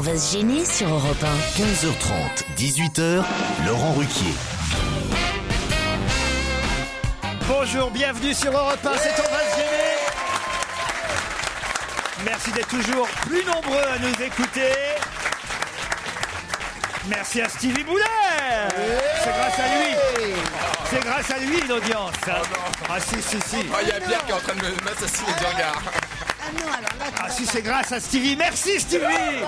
va se gêner sur Europe 15h30, 18h, Laurent Ruquier. Bonjour, bienvenue sur Europe 1, c'est Thomas Géné. Merci d'être toujours plus nombreux à nous écouter. Merci à Stevie Boulet C'est grâce à lui C'est grâce à lui l'audience Ah si, si, si Ah, il y a Pierre qui est en train de me- m'assassiner du regard. Ah si, c'est grâce à Stevie Merci Stevie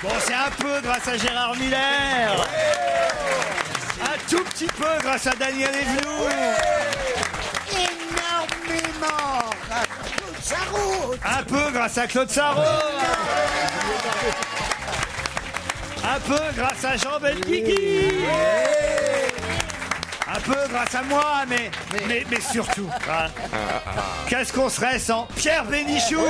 Bon, c'est un peu grâce à Gérard Miller Un tout petit peu grâce à Daniel Evenou Énormément Claude Sarraud Un peu grâce à Claude Sarraud Un peu grâce à Jean Benguigui Un peu grâce à moi, mais, mais, mais surtout, hein, qu'est-ce qu'on serait sans Pierre Bénichou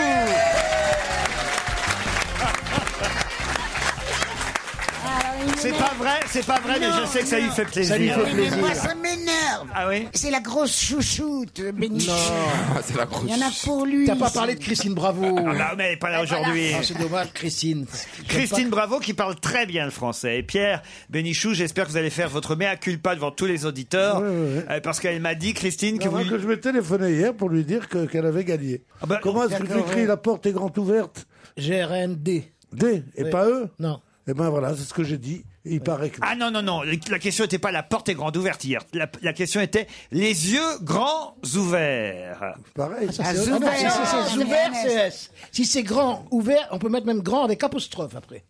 Ah, C'est pas vrai, c'est pas vrai, mais je sais que ça lui fait plaisir. Mais moi, ça m'énerve Ah oui C'est la grosse chouchoute, Bénichou Ah, c'est la grosse. Il y en a pour lui T'as pas parlé de Christine Bravo. Ah bah, mais elle est pas là aujourd'hui. Ah, c'est dommage, Christine. Christine Bravo qui parle très bien le français. Et Pierre Bénichou, j'espère que vous allez faire votre mea culpa devant tous les auditeurs. euh, Parce qu'elle m'a dit, Christine, que Avant vous... que je m'ai téléphoné hier pour lui dire que- qu'elle avait gagné. Ah bah, Comment est-ce que tu d'accord, écris ouais. la porte est grande ouverte GRND. D et Oui. pas E Non. Eh ben voilà, c'est ce que j'ai dit. Et il paraît que. Ah non, non, non, la question n'était pas la porte est grande ouverte hier. La, la question était les yeux grands ouverts. Pareil. Ah, Zuber. non, si c'est- c'est Ah, ouvert, Zuber. c'est S. Si c'est grand, ouvert, on peut mettre même grand avec apostrophe après.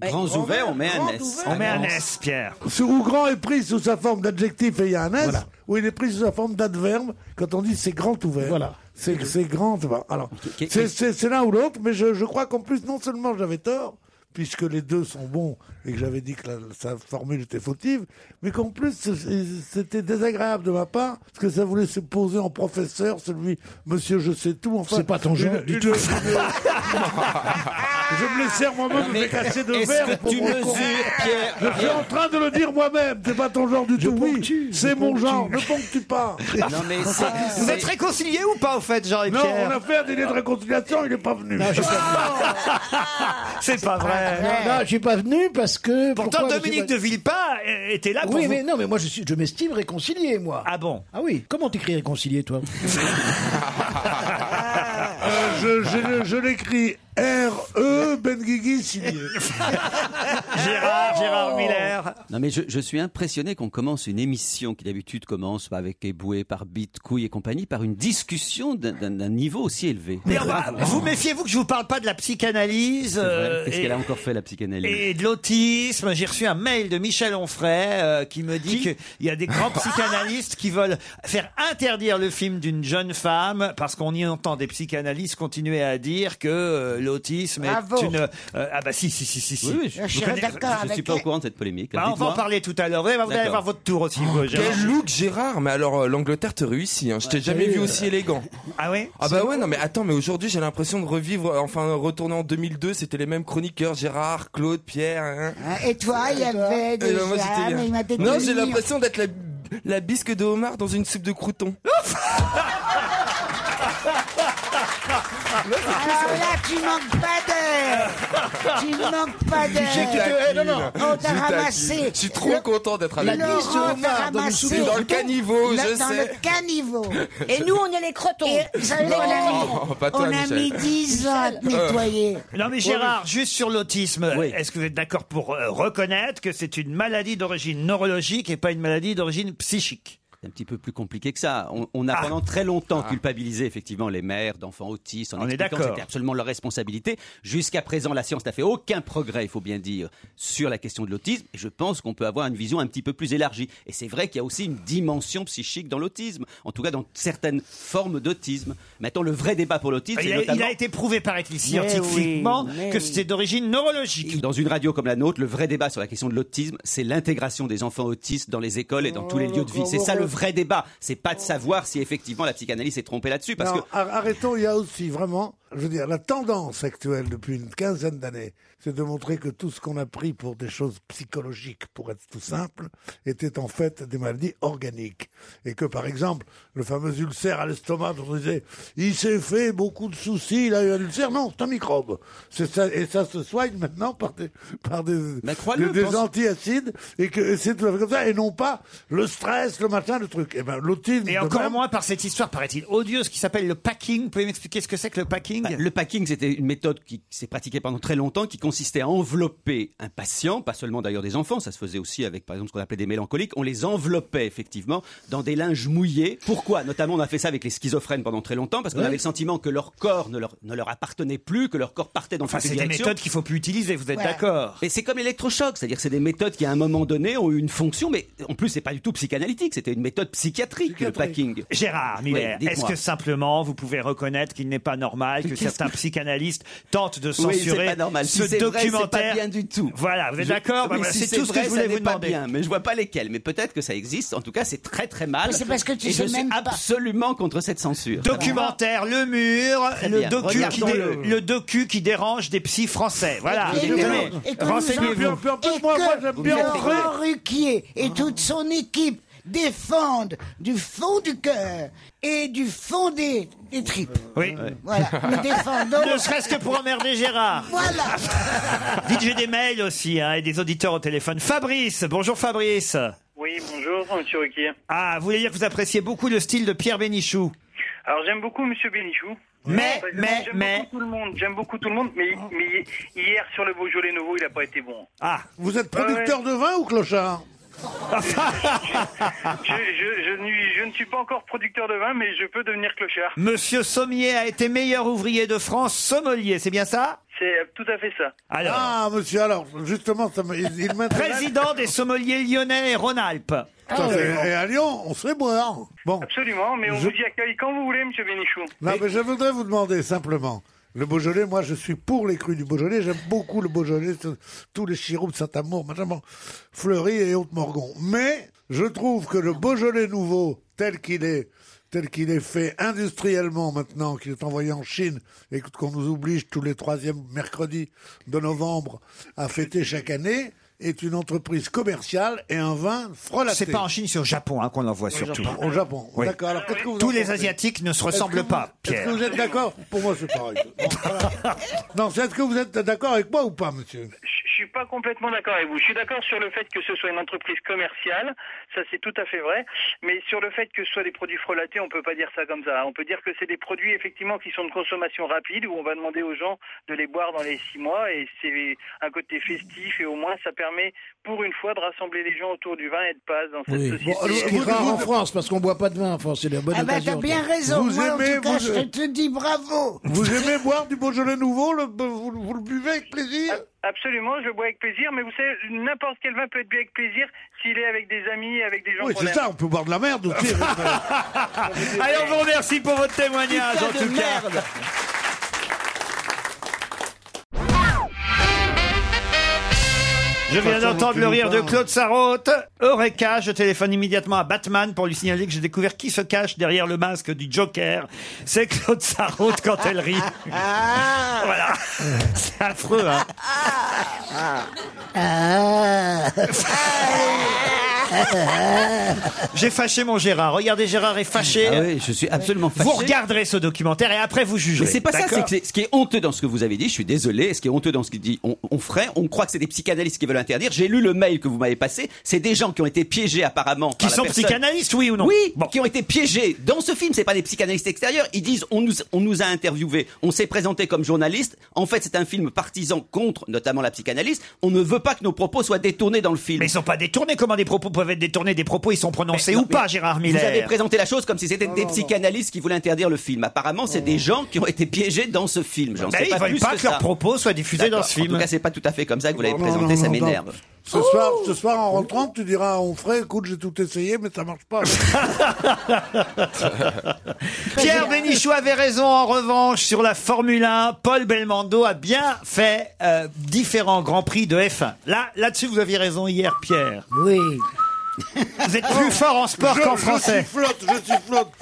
Grands ouverts, on met un S. On met un S, Pierre. Sur où grand est pris sous sa forme d'adjectif et il y a un S, où il est pris sous sa forme d'adverbe quand on dit c'est grand ouvert. Voilà. C'est c'est grand. bah, Alors, qui- c'est- c'est c'est l'un ou l'autre, mais je, je crois qu'en plus, non seulement j'avais tort, puisque les deux sont bons et que j'avais dit que la- sa formule était fautive, mais qu'en plus, c'est- c'était désagréable de ma part, parce que ça voulait se poser en professeur, celui monsieur je sais tout. Enfin, C'est pas ton genre une- du une- tout. une- je me laissais moi-même, je me fais casser de Est-ce verre que pour tu mon mesures, con. Pierre, Je suis en train de le dire moi-même, c'est pas ton genre du tout. Oui, c'est mon genre, ne ponctue pas. Non, mais c'est- Vous êtes c'est. réconciliés ou pas, au fait, Jean et Non, on Pierre a fait un délai de réconciliation, il n'est pas venu. Ah, C'est pas vrai. Non, je suis pas venu parce que. Pourtant, pourquoi je suis Dominique pas- de Villepin euh, était là pour Oui, vous- mais non, mais moi je, suis, je m'estime réconcilié, moi. Ah bon Ah oui, comment t'écris réconcilié, toi Euh, je je- je l'écris E, Ben R-E Benguigui signé. Gérard, Gérard Miller. Non, mais je, je suis impressionné qu'on commence une émission qui d'habitude commence avec éboué, par bite, couille et compagnie, par une discussion d'un- d'un d'un niveau aussi élevé. Mais on va- vous méfiez-vous que je vous parle pas de la psychanalyse euh, Qu'est-ce et- qu'elle a encore fait, la psychanalyse Et de l'autisme, j'ai reçu un mail de Michel Onfray euh, qui me dit qu'il y a des grands psychanalystes qui veulent faire interdire le film d'une jeune femme parce qu'on y entend des psychanalystes continuer à dire que euh, l'autisme est Bravo. une... euh, ah bah si, si, si, si. si. Oui, oui, je, Je je suis connais- d'accord je avec suis pas au elle. courant de cette polémique. Bah, on va en Dites-moi. parler tout à l'heure. Eh ben, vous allez D'accord. avoir votre tour aussi, vous, Gérard. Quel look, Gérard Mais alors, euh, l'Angleterre te réussit. Hein. Je t'ai jamais vu aussi élégant. Ah oui Ah bah ouais, non mais attends, mais aujourd'hui j'ai l'impression de revivre, euh, enfin retourner en 2002, c'était les mêmes chroniqueurs, Gérard, Claude, Pierre. hein. Hein, Et toi, il y avait Et des bah, moi, gens, c'était bien. mais il m'a détenu. non, j'ai l'impression d'être la, la bisque de homard dans une soupe de crouton. Alors Ah, là, tu manques pas d'air Tu manques pas d'air On t'a ramassé Eh, Je suis trop content d'être avec vous. Laurent t'a ramassé Dans le caniveau, Là, je dans sais. le caniveau Et nous, on est les crotons. Et vous savez, on a mis, Non, pas toi, on a Michel. mis 10 ans à te nettoyer. Euh. Non mais Gérard, juste sur l'autisme, Oui. est-ce que vous êtes d'accord pour euh, reconnaître que c'est une maladie d'origine neurologique et pas une maladie d'origine psychique C'est un petit peu plus compliqué que ça. On, on a Ah. pendant très longtemps culpabilisé effectivement les mères d'enfants autistes en On est expliquant que d'accord. c'était absolument leur responsabilité. Jusqu'à présent, la science n'a fait aucun progrès, il faut bien dire, sur la question de l'autisme. Et je pense qu'on peut avoir une vision un petit peu plus élargie. Et c'est vrai qu'il y a aussi une dimension psychique dans l'autisme, en tout cas dans certaines formes d'autisme. Maintenant, le vrai débat pour l'autisme, il c'est a, il notamment... a été prouvé, paraît-il, Mais scientifiquement oui, mais que oui. c'était d'origine neurologique. Dans une radio comme la nôtre, le vrai débat sur la question de l'autisme, c'est l'intégration des enfants autistes dans les écoles et dans tous les lieux de vie. C'est ça le vrai débat. C'est pas de savoir si effectivement la psychanalyse s'est trompée là-dessus, parce Non, que ar- Arrêtons, il y a aussi vraiment je veux dire, la tendance actuelle depuis une quinzaine d'années, c'est de montrer que tout ce qu'on a pris pour des choses psychologiques, pour être tout simple, était en fait des maladies organiques. Et que, par exemple, le fameux ulcère à l'estomac, dont on disait, il s'est fait beaucoup de soucis, il a eu un ulcère. Non, c'est un microbe. C'est ça, et ça se soigne maintenant par des, par des, Mais crois-le, des- des pense- antiacides, et que c'est tout à fait comme ça, et non pas le stress, le machin, le truc. Et ben, l'autisme. Et de encore même, moins par cette histoire, paraît-il, odieuse qui s'appelle le packing. Vous pouvez m'expliquer ce que c'est que le packing Bah, Le packing, c'était une méthode qui s'est pratiquée pendant très longtemps, qui consistait à envelopper un patient, pas seulement d'ailleurs des enfants, ça se faisait aussi avec, par exemple, ce qu'on appelait des mélancoliques. On les enveloppait effectivement dans des linges mouillés. Pourquoi Notamment, on a fait ça avec les schizophrènes pendant très longtemps, parce qu'on avait le sentiment que leur corps ne leur, ne leur appartenait plus, que leur corps partait dans Enfin, toutes c'est les des directions. méthodes qu'il faut plus utiliser, vous êtes Ouais. d'accord Mais c'est comme l'électrochoc, c'est-à-dire que c'est des méthodes qui à un moment donné ont eu une fonction, mais en plus c'est pas du tout psychanalytique, c'était une méthode psychiatrique, le packing. Gérard Miller, Oui, Ah, dites-moi. est-ce que simplement vous pouvez reconnaître qu'il n'est pas normal que certains psychanalystes tentent de Oui, c'est censurer pas normal. ce Si c'est vrai, c'est documentaire pas bien du tout. Voilà, vous êtes Je- d'accord Bah Oui, voilà, si C'est tout ce vrai, que je ça voulais n'est vous pas demander. bien, mais je vois pas lesquels. Mais peut-être que ça existe. En tout cas, c'est très très mal. Mais c'est parce que tu Et sais je même suis pas. absolument contre cette censure. Documentaire Le Mur, le bien, docu, qui dé- regardons-le. le docu qui dérange des psys français. Voilà, Et que- Tenez, et que nous en- renseignez-vous. puis en plus, Et moi, que moi, j'aime bien Ah. Laurent Ruquier et toute son équipe défendent du fond du cœur et du fond des, des tripes. Oui. Voilà, nous défendons. Ne serait-ce que pour emmerder Gérard. Voilà. Dites, j'ai des mails aussi hein, et des auditeurs au téléphone. Fabrice, bonjour Fabrice. Oui, bonjour, monsieur Ruquier. Ah, vous voulez dire que vous appréciez beaucoup le style de Pierre Bénichou Alors, j'aime beaucoup monsieur Bénichou. Mais, mais, j'aime mais. beaucoup tout le monde, j'aime beaucoup tout le monde, mais, Oh. mais hier sur le Beaujolais Nouveau, il n'a pas été bon. Ah, Vous êtes producteur de vin ou clochard Ah, Je, je, je, ne- je ne suis pas encore producteur de vin, mais je peux devenir clochard. Monsieur Sommier a été meilleur ouvrier de France, sommelier, c'est bien ça C'est euh, tout à fait ça. Alors, Ah, monsieur, alors, justement, ça me- il, il m'intéresse. président des sommeliers lyonnais et Rhône-Alpes. Ah, Ça fait- Et à Lyon, on serait boire. Bon, ah Absolument, mais on Je- vous y accueille quand vous voulez, monsieur Bénichou. non, mais je voudrais vous demander simplement. Le Beaujolais, moi, je suis pour les crus du Beaujolais. J'aime beaucoup le Beaujolais, ce- tous les chirops de Saint-Amour, machin, bon, Fleury et Haute-Morgon. Mais je trouve que le Beaujolais nouveau, tel qu'il est, tel qu'il est fait industriellement maintenant, qu'il est envoyé en Chine et qu'on nous oblige tous les troisièmes mercredis de novembre à fêter chaque année, est une entreprise commerciale et un vin frelaté. C'est pas en Chine, c'est au Japon hein, qu'on l'envoie surtout. Au Japon. Oui. D'accord. Alors, qu'est-ce que vous en Tous les pensez Asiatiques ne se Est-ce que ressemblent vous- pas, Est-ce que Pierre. vous êtes d'accord Pour moi, c'est pareil. Bon, voilà. Non, c'est est-ce que vous êtes d'accord avec moi ou pas, monsieur Je je suis pas complètement d'accord avec vous. Je suis d'accord sur le fait que ce soit une entreprise commerciale, ça c'est tout à fait vrai, mais sur le fait que ce soit des produits frelatés, on peut pas dire ça comme ça. On peut dire que c'est des produits effectivement qui sont de consommation rapide où on va demander aux gens de les boire dans les six mois et c'est un côté festif et au moins ça permet pour une fois de rassembler les gens autour du vin et de pas dans cette Oui. société. Bon, ce qui est rare en France, parce qu'on boit pas de vin en France, c'est la bonne Ah bah occasion. t'as bien raison. Vous Moi, aimez, en tout cas, vous- je te dis bravo. Vous aimez boire du Beaujolais nouveau le- vous, vous le buvez avec plaisir Absolument, je le bois avec plaisir, mais vous savez, n'importe quel vin peut être bu avec plaisir s'il est avec des amis, avec des gens Oui, qu'on c'est aime. ça. On peut boire de la merde aussi. euh, Allez, on vous remercie pour votre témoignage, en tout cas. Je viens d'entendre le rire de Claude Sarraute. Eureka, je téléphone immédiatement à Batman pour lui signaler que j'ai découvert qui se cache derrière le masque du Joker. C'est Claude Sarraute quand elle rit. Ah. voilà. C'est affreux, hein. Ah. Ah. J'ai fâché mon Gérard. Regardez, Gérard est fâché. Ah oui, je suis absolument fâché. Vous regarderez ce documentaire et après vous jugerez. Mais c'est pas ça, D'accord c'est que c'est- ce qui est honteux dans ce que vous avez dit, je suis désolé, ce qui est honteux dans ce qu'il dit on, on ferait, on croit que c'est des psychanalystes qui veulent interdire. J'ai lu le mail que vous m'avez passé, c'est des gens qui ont été piégés apparemment. Qui par la sont personne. psychanalystes, oui ou non Oui, Bon. qui ont été piégés. Dans ce film, c'est pas des psychanalystes extérieurs. Ils disent on nous, on nous a interviewés, on s'est présenté comme journaliste. En fait, c'est un film partisan contre notamment la psychanalyse. On ne veut pas que nos propos soient détournés dans le film. Mais ils sont pas détournés. Comment des propos peuvent être détournés Des propos, ils sont prononcés Non, ou pas, mais Gérard Vous avez Miller présenté la chose comme si c'était des psychanalystes qui voulaient interdire le film. Apparemment, c'est des gens qui ont été piégés dans ce film. J'en Ben, sais ils pas veulent plus pas que, que leurs ça. propos soient diffusés dans D'accord. ce film. En tout cas, c'est pas tout à fait comme ça que vous l'avez Non, présenté, non, ça non, m'énerve. non. Oh Ce soir, ce soir, en rentrant, tu diras on ferait. Écoute, j'ai tout essayé, mais ça marche pas. Pierre Bénichou avait raison en revanche sur la Formule 1. Paul Belmondo a bien fait euh, différents grands prix de F1. Là, là-dessus, vous aviez raison hier, Pierre. Oui. Vous êtes plus fort en sport Je- qu'en je français. sifflote, je sifflote.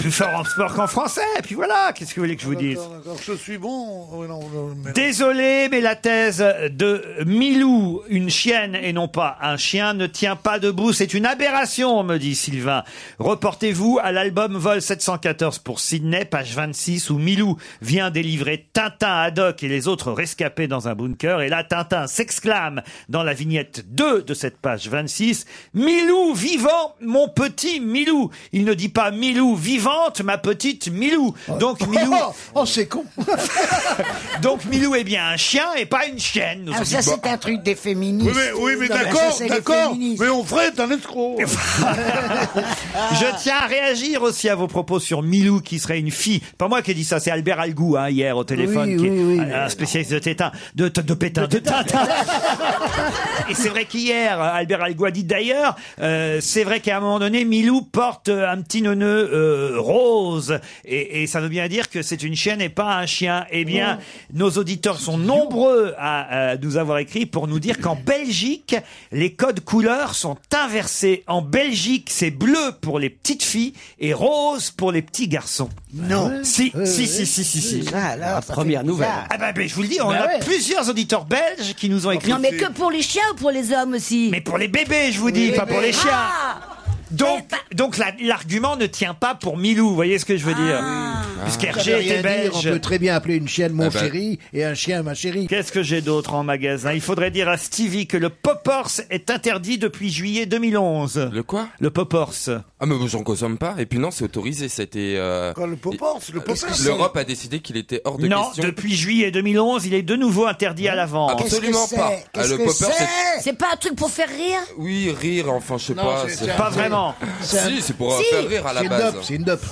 plus fort en sport qu'en français. Et puis voilà, qu'est-ce que vous voulez que je vous dise Ah, D'accord, d'accord. Je suis bon. Oh, non, non, mais- Désolé, mais la thèse de Milou, une chienne et non pas un chien, ne tient pas debout. C'est une aberration, me dit Sylvain. Reportez-vous à l'album Vol 714 pour Sydney, page 26, où Milou vient délivrer Tintin à Doc et les autres rescapés dans un bunker. Et là, Tintin s'exclame dans la vignette 2 de cette page 26, Milou vivant, mon petit Milou. Il ne dit pas Milou vivante, ma petite Milou. Donc Milou, Oh, oh, c'est con. donc Milou est bien un chien et pas une chienne. nous ont Ah, dit. ça, c'est un truc des féministes. Oui, mais, oui, mais Non, ça, d'accord, c'est les d'accord. féministes. Mais on est un escroc. Je tiens à réagir aussi à vos propos sur Milou qui serait une fille. Pas moi qui ai dit ça, c'est Albert Algou hein, hier au téléphone, Oui, qui oui, oui. est un spécialiste de Tétin, de, de, de Pétain, de Tintin. Et c'est vrai qu'hier, Albert Algou a dit d'ailleurs, euh, c'est vrai qu'à un moment donné, Milou porte un petit neuneu euh, rose. Et, et ça veut bien dire que c'est une chienne et pas un chien. Eh bien, Oh. nos auditeurs sont nombreux à euh, nous avoir écrit pour nous dire qu'en Belgique, les codes couleurs sont inversés. En Belgique, c'est bleu pour les petites filles et rose pour les petits garçons. Non. Si, si, si, si, si, si. Ça, Ah, alors, ça fait première nouvelle. bizarre. Ah ben, ben, je vous le dis, on Bah a ouais. plusieurs auditeurs belges qui nous ont écrit. Oh, Non, mais que pour les chiens ou pour les hommes aussi Mais pour les bébés, je vous dis, pas pour les chiens. Ah Donc, Eh ben- donc la- l'argument ne tient pas pour Milou, vous voyez ce que je veux dire Puisqu'Hergé Ça veut était rien dire, On belge. peut très bien appeler une chienne mon Ah bah. chéri et un chien ma chérie. Qu'est-ce que j'ai d'autre en magasin Il faudrait dire à Stevie que le Poporse est interdit depuis juillet 2011. Le quoi Le Poporse. Ah mais j'en consomme pas. Et puis non, c'est autorisé. C'était. Euh... Quand le poporce, le poporce. L'Europe a décidé qu'il était hors de non, question. Ah, depuis juillet 2011, il est de nouveau interdit à la vente. Qu'est-ce que Absolument c'est pas. Ah, Qu'est-ce le que popper, c'est- c'est C'est pas un truc pour faire rire Oui, rire. Enfin, je sais pas. c'est- Pas vraiment. Si, c'est pour euh, Si. faire rire à la C'est une dope, base. c'est une dope.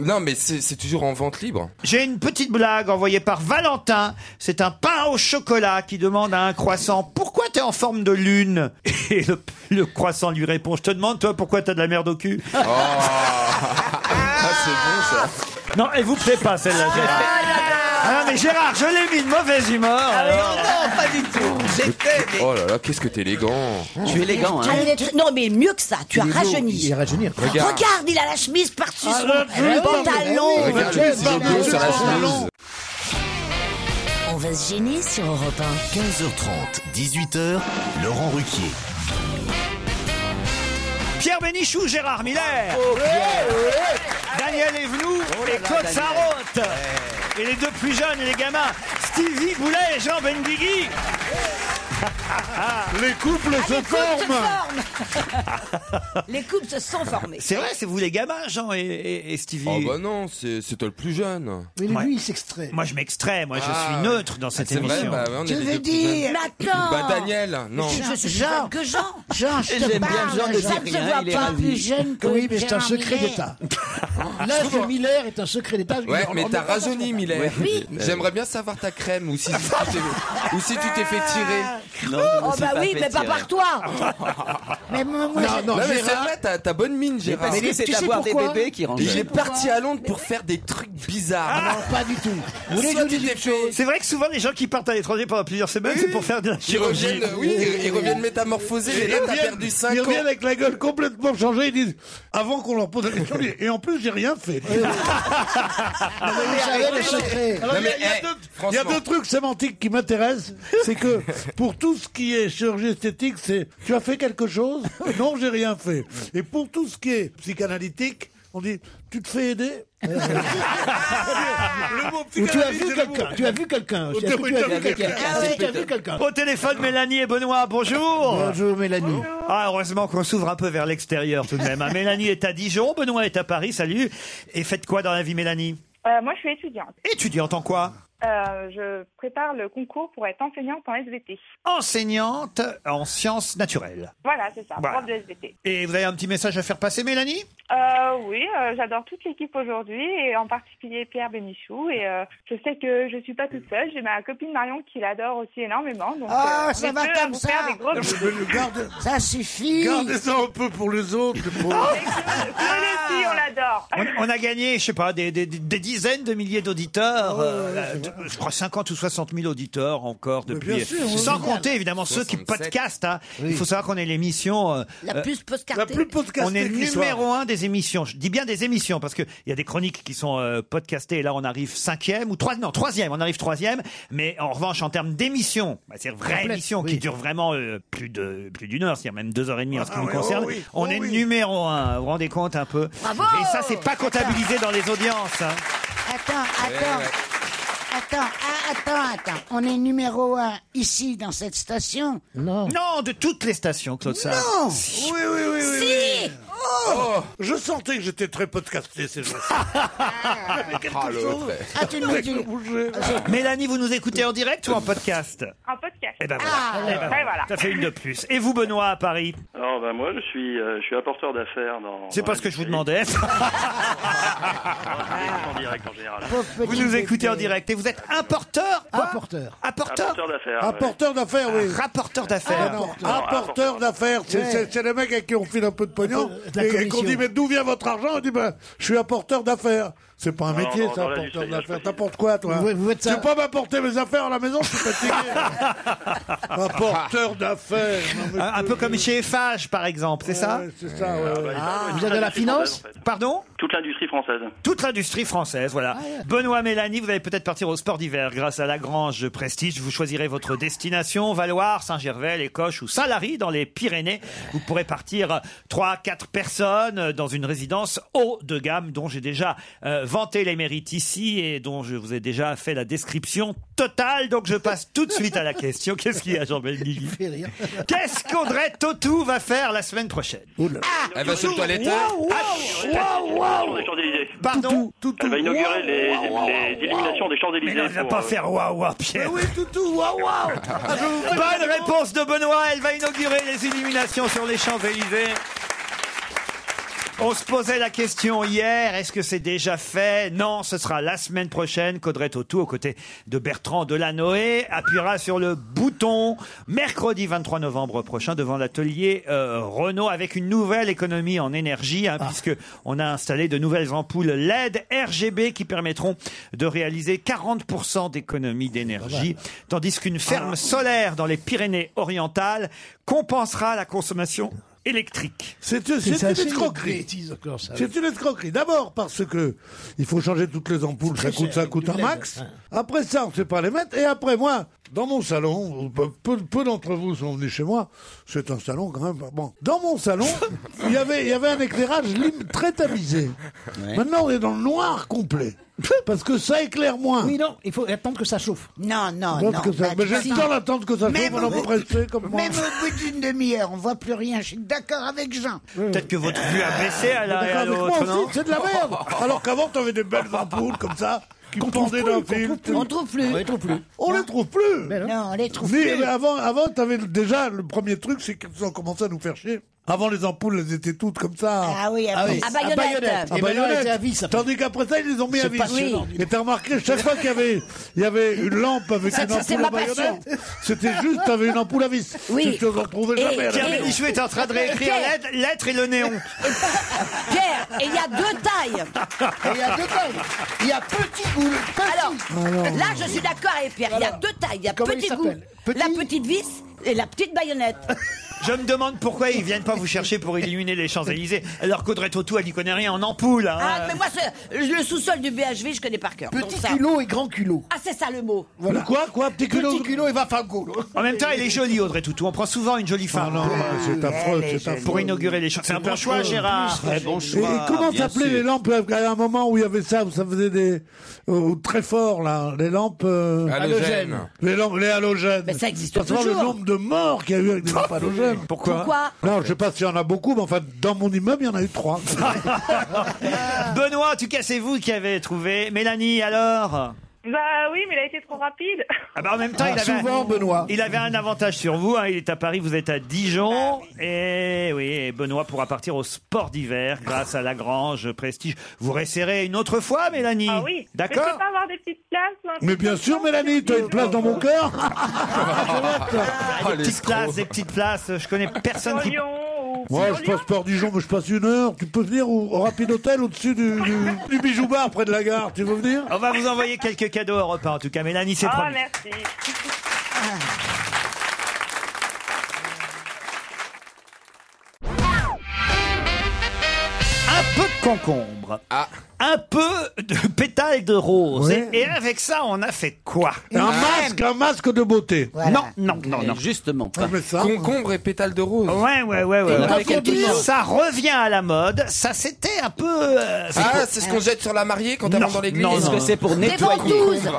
Non, mais c'est c'est toujours en vente libre. J'ai une petite blague envoyée par Valentin. C'est un pain au chocolat qui demande à un croissant Pourquoi t'es en forme de lune Et le, le croissant lui répond Je te demande, toi, pourquoi t'as de la merde au cul Oh. Ah, c'est bon ça. Non, elle vous plaît pas celle-là. Gérard. Ah non, mais Gérard, je l'ai mis de mauvaise humeur. alors. Ah, non, pas du tout. J'étais, mais Oh là là, qu'est-ce que t'es élégant. tu es élégant, Ah, hein. mais tu- Non, mais mieux que ça, tu as Il est beau, Il rajeuni. est rajeunir. Regarde. Regarde, il a la chemise par-dessus Ah, son là, je vais pas, pantalon. Regarde le petit logo sur la chemise. On va se gêner sur Europe 1. 15h30, 18h, Laurent Ruquier. Pierre Bénichou, Gérard Miller. Ah, Daniel Evenou Oh et Claude Sarraute. Et les deux plus jeunes et les gamins, Stevie Boulet et Jean Benguigui. Les couples se forment. Les couples se sont formés. C'est vrai, c'est vous les gamins, Jean et, et- et Stevie. Oh bah non, c'est c'est toi le plus jeune. Mais lui, Ouais. il s'extrait. Moi, je m'extrais. Moi, je Ah, suis neutre dans cette C'est vrai, émission. bah ouais, on est Tu les veux deux plus jeunes. dire. Maintenant Bah Daniel, non. Je suis Jean. jeune Ah, que Jean Jean, je te J'aime bien parle. Jean, mais Jean. c'est ne se rien, voit il est pas ravi. plus jeune que Oui, mais c'est un Gérard secret Miller. d'État. Ah, Ah, L'âge de Miller est un secret d'État. Ouais, On- mais on- t'as on- rajeuni, Miller. Euh, Oui. J'aimerais bien savoir ta crème ou si, tu t'es- ou si tu t'es fait tirer. Non, je me Oh suis bah oui, fait mais pas tirer. par toi Mais moi, Non, non, moi, Non, mais c'est Gérard, vrai, t'as t'as bonne mine, Mais Gérard. parce que c'est tu sais d'avoir des pourquoi bébés qui rendent. Il est jeune. parti à Londres pour faire des trucs bizarres. non, pas du tout. Vous voulez que je Soit vous tu dise t'es fait- Ah. C'est vrai que souvent, les gens qui partent à l'étranger pendant plusieurs semaines, c'est pour faire de la Ils chirurgie. reviennent, Euh, oui, ils- ils reviennent métamorphoser, mais là t'as perdu 5 Ils ans. reviennent avec la gueule complètement changée. Ils disent avant qu'on leur pose la question. ils disent, Et en plus, j'ai rien fait. Vous savez le secret. Alors, Non, il y a- mais, il y a eh, deux- Il y a franchement. deux trucs sémantiques qui m'intéressent. C'est que pour tout ce qui est chirurgie esthétique, c'est tu as fait quelque chose Non, j'ai rien fait. Et pour tout ce qui est psychanalytique, on dit tu te fais aider Le mot Ou tu as psychanalyse, vu c'est le mot. quelqu'un Tu as vu quelqu'un aussi. Est-ce que tu as vu quelqu'un Est-ce que tu as vu quelqu'un Au téléphone, Mélanie et Benoît, bonjour. Bonjour Mélanie. Ah, heureusement qu'on s'ouvre un peu vers l'extérieur tout de même. hein. Mélanie est à Dijon, Benoît est à Paris, salut. Et faites quoi dans la vie, Mélanie Euh, moi, je suis étudiante. Étudiante en quoi Euh, je prépare le concours pour être enseignante en SVT. Enseignante en sciences naturelles. Voilà, c'est ça, Voilà. prof de SVT. Et vous avez un petit message à faire passer, Mélanie Euh, oui, euh, j'adore toute l'équipe aujourd'hui et en particulier Pierre Bénichou. Et euh, je sais que je suis pas toute seule. J'ai ma copine Marion qui l'adore aussi énormément. Donc, Ah, euh, ça les va deux, comme vous ça. faire des gros bisous. Garde- Ça suffit. Gardez ça un peu pour les autres. les Ah, pauvres. Claude aussi, on l'adore. on, on a gagné, je sais pas, des, des- des dizaines de milliers d'auditeurs euh, là, tout- je crois, 50 ou 60 000 auditeurs encore Mais depuis. bien sûr, oui. Sans Génial. compter évidemment ceux qui 67. podcastent. hein. Oui. Il faut savoir qu'on est l'émission. euh, La euh, plus postcartée. La plus postcartée On est qui soit. numéro un des émissions. Je dis bien des émissions parce qu'il y a des chroniques qui sont euh, podcastées et là on arrive cinquième ou trois, non, troisième. On arrive troisième. Mais en revanche, en termes d'émissions, bah, c'est vraie Complète, émission qui dure vraiment euh, plus de plus d'une heure, c'est-à-dire même deux heures et demie en ce qui Ah nous ouais, concerne. oh oui, on oh est oui. numéro un. Vous vous rendez compte un peu Bravo Et ça, c'est pas comptabilisé dans les audiences. hein. Attends, attends. Attends, ah, attends, attends. On est numéro un ici dans cette station. Oh. Non. Non, de toutes les stations, Claude Sarr. Non Oui, oui, oui, oui. Si oui. Oh Je sentais que j'étais très podcasté ces jours-ci. Mais quelque Ah, le chose. retrait. Ah, tu nous dis. Bougez. Mélanie, vous nous écoutez en direct ou en podcast En podcast. Eh ben voilà. Ah, Eh ben ouais, voilà. voilà. Ça fait une de plus. Et vous, Benoît, à Paris Alors ben moi je suis euh, je suis apporteur d'affaires dans. C'est dans pas la ce que je vous vie. demandais. Je l'écoute en direct en général. Ah, Ah, Vous nous écoutez en direct et vous êtes importeur Apporteur. Apporteur Apporteur d'affaires. Apporteur d'affaires, oui. Rapporteur d'affaires. Apporteur d'affaires, c'est Ouais. c'est- c'est les mecs à qui on file un peu de pognon De la et, et qu'on commission. dit mais d'où vient votre argent On dit ben je suis apporteur d'affaires. C'est pas un Non, métier, non, ça, non, là, apporteur juste, là, d'affaires. T'apportes quoi, toi Vous- vous êtes Tu ça- veux pas m'apporter mes affaires à la maison Je suis fatigué. apporteur d'affaires. Un, un peu comme chez FH, par exemple, c'est ça Ah. C'est ça, ouais. bah, ouais. Vous êtes de la finance Pardon Toute l'industrie française. Toute l'industrie française, voilà. Benoît Mélanie, vous allez peut-être partir au sport d'hiver grâce à Lagrange Prestige. Vous choisirez votre destination, Valoir, Saint-Gervais, les Coches ou Salary dans les Pyrénées. Vous pourrez partir 3 quatre personnes euh, dans une résidence haut de gamme dont j'ai déjà euh, vanté les mérites ici et dont je vous ai déjà fait la description totale. Donc je passe tout de suite à la question. Qu'est-ce qu'il y a, Jean-Benguigui Qu'est-ce qu'Audrey Totou va faire la semaine prochaine Elle va se le toilette. des Ah, Champs-Élysées. Bah, Pardon Elle va inaugurer les, les illuminations des Champs-Élysées. Mais non, elle va pour, pas euh, faire waouh waouh, Pierre. Ah, oui, toutou, waouh waouh Bonne réponse de Benoît, elle va inaugurer les illuminations sur les Champs-Élysées. On se posait la question hier, est-ce que c'est déjà fait Non, ce sera la semaine prochaine qu'Audrey Tautou, aux côtés de Bertrand Delanoë, appuiera sur le bouton mercredi 23 novembre prochain devant l'atelier euh, Renault avec une nouvelle économie en énergie, hein, puisque on a installé de nouvelles ampoules LED RGB qui permettront de réaliser 40% d'économie d'énergie, tandis qu'une ferme solaire dans les Pyrénées-Orientales compensera la consommation électrique. C'est une C'est c'est assez une escroquerie. bêtise, Claude Sarr. C'est une escroquerie. D'abord parce que il faut changer toutes les ampoules, ça très coûte, cher, ça coûte du hein. un LED, max. ouais. Après ça, on ne sait pas les mettre. Et après moi, dans mon salon, peu, peu- peu d'entre vous sont venus chez moi. C'est un salon quand même. pas- Bon, dans mon salon, il y avait, il y avait un éclairage lim- très tamisé. Maintenant, on est dans le noir complet. Parce que ça éclaire moins. Oui, non, il faut attendre que ça chauffe. Non, non, Attendre non. que ça- bah, mais tu j'ai sais- le temps d'attendre que ça chauffe, Même on en au- pressé comme moi. Même au bout d'une demi-heure, on voit plus rien. Je suis d'accord avec Jean. Peut-être que votre vue a baissé D'accord à la et à avec l'autre, moi aussi, non c'est de la merde. Alors qu'avant, t'avais des belles ampoules comme ça qui pendaient d'un fil. On trouve plus. On les trouve plus. On les trouve plus. Non, on les trouve Hein Mais, plus. mais avant, avant, t'avais le- déjà le premier truc, c'est qu'ils ont commencé à nous faire chier. Avant, les ampoules, elles étaient toutes comme ça. Ah oui, à Ah oui. force. À baïonnette. À Et maintenant, elles étaient à baïonnette. Tandis qu'après ça, ils les ont mis C'est à vis. passionnant, dis Et t'as remarqué, chaque fois qu'il y avait, il y avait une lampe avec Ça, une ça, c'est ampoule à ma passion. baïonnette, c'était juste, t'avais une ampoule à vis. Oui. Tu n'en trouvais Et- jamais. à la Pierre maison. Bénichou est en train de réécrire Pierre. l'aide- l'être et le néon. Pierre, et il y a deux tailles. Et il y a deux tailles. Il y a petit goût. Alors, Alors. là, je suis d'accord avec Pierre. Il y a deux tailles. Il y a Comment petit il goût, s'appelle la petite vis et la petite baïonnette. Je me demande pourquoi ils viennent pas vous chercher pour illuminer les Champs-Élysées, alors qu'Audrey Tautou, elle n'y connaît rien en ampoule. hein. Ah, mais moi, ce- le sous-sol du BHV, je connais par cœur. Donc Petit ça- culot et grand culot. Ah, c'est ça le mot. Le Quoi, quoi, petit culot? Petit culot et va faire goal. En même temps, elle est jolie, Audrey Tautou. On prend souvent une jolie femme non, c'est affreux, c'est affreux. pour inaugurer les Champs. C'est un bon choix, Gérard. Très bon Et, et choix. comment bien s'appelaient sûr. les lampes à un moment où il y avait ça, où ça faisait des euh, très fort là, les lampes euh, Halogènes. les lampes, les halogènes. Mais ça existe Parce que voir toujours. le nombre de morts qu'il y a eu avec des lampes halogènes. Pourquoi Pourquoi Non, je sais pas s'il y en a beaucoup, mais enfin dans mon immeuble il y en a eu trois. Benoît, en tout cas, c'est vous qui avez trouvé. Mélanie, alors Bah oui, mais il a été trop rapide. Ah bah, en même temps, il, avait, Souvent, Benoît. il avait un avantage sur vous. hein. Il est à Paris, vous êtes à Dijon. Ah Et oui, et Benoît pourra partir au sport d'hiver grâce à Lagrange Prestige. Vous resserrez une autre fois, Mélanie. Ah oui. Mais je D'accord peux pas avoir des petites places. ou un mais truc bien comme sûr, ça Mélanie, tu as une place dans mon cœur. Ah, Ah, Des petites places, des petites places. Je connais personne Sur qui. Lyon ou Moi, je passe par Dijon, mais je passe une heure. Tu peux venir au, au Rapid Hotel au-dessus du, du, du bijou bar près de la gare. Tu veux venir On va vous envoyer quelques cadeaux à repas en tout cas. Mélanie, c'est Ah, promis. merci. Un peu de concombre. Ah. Un peu de pétales de rose. Ouais. Et, et avec ça, on a fait Oh, quoi Un masque, un masque de beauté. Non, non, non, non. Justement pas. mais ça- Concombre et pétales de rose. Ouais, ouais, ouais, ouais. Et ouais. la fondue. Euh, Ça revient à la mode. Ça, c'était un peu. euh, Ah, c'est ce qu'on jette sur la mariée quand elle Non, rentre dans l'église. non, Est-ce que non. c'est pour Des nettoyer ventouses.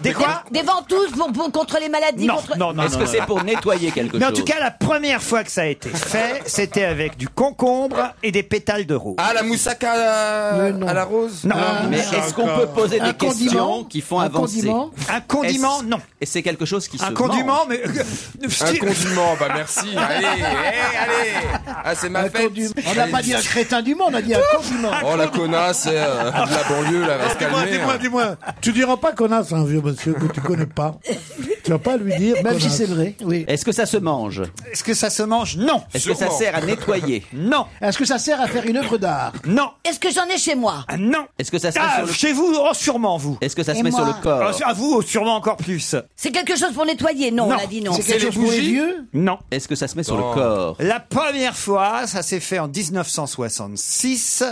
Des quoi Des ventouses pour, pour- contre les maladies. Non, contre- non, non. Est-ce non, que non, c'est non. pour nettoyer quelque Mais en chose tout cas, la première fois que ça a été fait, c'était avec du concombre et des pétales de rose. Ah, la moussaka à la, à la rose Non. Ah, Mais moussaka. est-ce qu'on peut poser des questions qui font un avancer condiment Un condiment, Est-ce- non. Et c'est quelque chose qui se Un mange. condiment, mais. euh, Un condiment, bah merci. Allez, hey, allez. Ah, c'est ma fête. On n'a pas dit un crétin du monde, on a dit un compliment. Oh, la connasse, euh, de la banlieue, là, va se Dis-moi, calmer. hein. dis-moi, dis-moi. Tu diras pas connasse à un vieux monsieur que tu connais pas. tu vas pas lui dire. Même si connasse. c'est vrai, Est-ce que ça se mange Bah, Est-ce que ça se mange Non. Est-ce que ça Sûrement. sert à nettoyer Non. Est-ce que ça sert à faire une œuvre d'art Non. Est-ce que j'en ai chez moi Non. Est-ce que ça se Ah, met sur le Chez vous, oh, sûrement vous. Est-ce que ça Et se met sur moi le corps Ah, À vous, oh, sûrement encore plus. C'est quelque chose pour nettoyer Non, on a dit non. Non. Est-ce que ça se met sur Non. le corps La première fois, ça s'est fait en 1966.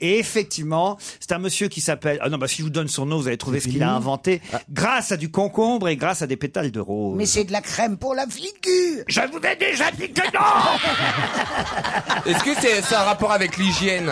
Et effectivement, c'est un monsieur qui s'appelle. Ah non, bah si je vous donne son nom, vous allez trouver ce qu'il a inventé. Ah. Grâce à du concombre et grâce à des pétales de rose. Mais c'est de la crème pour la figure. Je vous ai déjà dit que non Est-ce que c'est ça a un rapport avec l'hygiène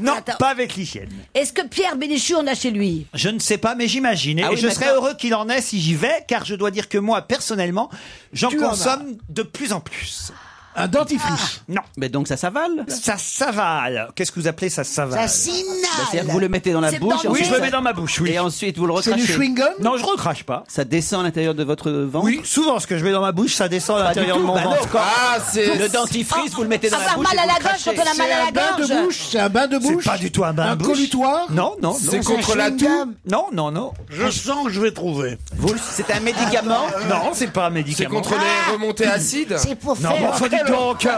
non, pas avec l'hygiène. Est-ce que Pierre Bénichou en a chez lui Je ne sais pas, mais j'imagine. Et Ah oui, je serais maintenant- heureux qu'il en ait si j'y vais, car je dois dire que moi, personnellement, j'en Tu en as. consomme de plus en plus. Ah. Un dentifrice Non. Mais donc ça s'avale Ça s'avale. Qu'est-ce que vous appelez ça s'avale Ça s'inhale. Bah, c'est-à-dire que vous le mettez dans la bouche et Oui, ensuite je le ça- mets dans ma bouche, oui. Et ensuite vous le recrachez Non, je recrache pas. Ça descend à l'intérieur de votre ventre Oui, souvent ce que je mets dans ma bouche, ça descend à l'intérieur de mon ventre. Ah, c'est le dentifrice, vous le mettez dans la bouche. et vous le crachez. C'est un bain de bouche, c'est un bain de bouche. C'est pas du tout un bain Un de bouche. colutoire Non, non, non. C'est contre la toux Non, non, non. Je sens que je vais trouver. Euh, C'est un médicament Non, c'est pas un médicament. C'est contre Ah les remontées acides C'est pour Non, faire. bon, enfin, dis donc. euh,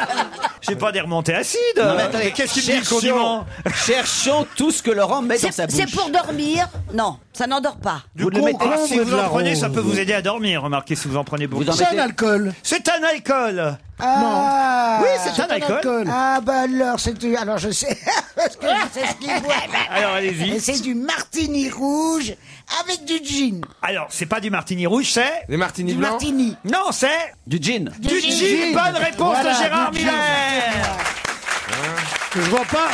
J'ai pas des remontées acides. Non, mais attendez, Mais Qu'est-ce qu'il me dit le cherchons- condiment Cherchons tout ce que Laurent met dans C'est sa bouche. c'est pour dormir Non, ça n'endort pas. Vous le mettez. Ah, si et de vous la en prenez, ça rose. peut vous aider à dormir. Remarquez si vous en prenez beaucoup. Vous en C'est un mettez- alcool. C'est un alcool. Ah, Oui, c'est un alcool. Ah bah alors, c'est du... alors je sais. Parce que je sais ce qu'il boit. Alors, allez-y. Et Eh ben, C'est du martini rouge avec du gin. Alors, c'est pas du martini rouge, c'est Les martinis Du blancs martini. non, c'est Du gin. du, Du gin. gin. Bonne réponse Voilà, de Gérard du Miller. Je vois pas.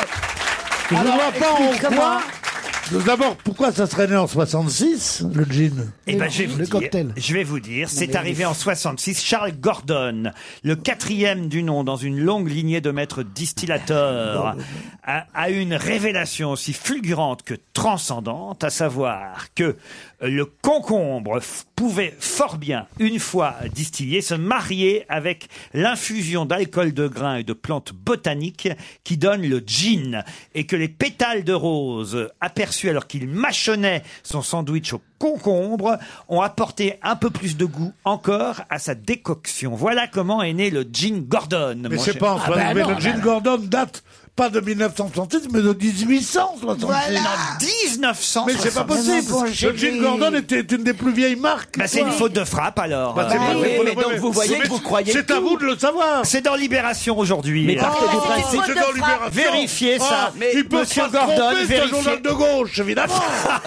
Je Alors, vois pas en explique-moi. quoi. D'abord, pourquoi ça serait né en 66, le gin Eh ben, je vais vous Le dire, cocktail. Je vais vous dire, c'est arrivé en 66. Charles Gordon, le quatrième du nom dans une longue lignée de maîtres distillateurs, a, a eu une révélation aussi fulgurante que transcendante, à savoir que le concombre f- pouvait fort bien, une fois distillé, se marier avec l'infusion d'alcool de grain et de plantes botaniques qui donne le gin, et que les pétales de rose aperçus alors qu'il mâchonnait son sandwich au concombre ont apporté un peu plus de goût encore à sa décoction. Voilà comment est né le gin Gordon. Mais mon c'est cher. pas en Ah bah 66. non, mais le Gin Gordon date pas de 1966, mais de 1866. Voilà. En 1900. Mais c'est pas possible. bon, j'ai le Gin dit. Gordon était une des plus vieilles marques. Bah, c'est une faute de frappe alors. Bah, c'est Bah pas- oui, ouais, mais ouais, donc ouais. vous voyez Mais que vous croyez C'est à tout. vous de le savoir. C'est dans Libération aujourd'hui. Mais Euh, partez du c'est une principe. faute C'est de dans frappe. Libération. Vérifiez Ah, ça. mais Ils peuvent Monsieur pas se Gordon, tromper, c'est un vérifiez. journal de gauche, évidemment. Ah,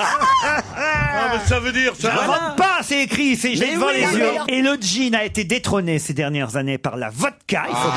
Ah, mais ça veut dire ça. Je vends pas, c'est écrit, c'est j'ai Mais devant oui, les mais yeux. alors- Et le gin a été détrôné ces dernières années par la vodka, il faut Ah,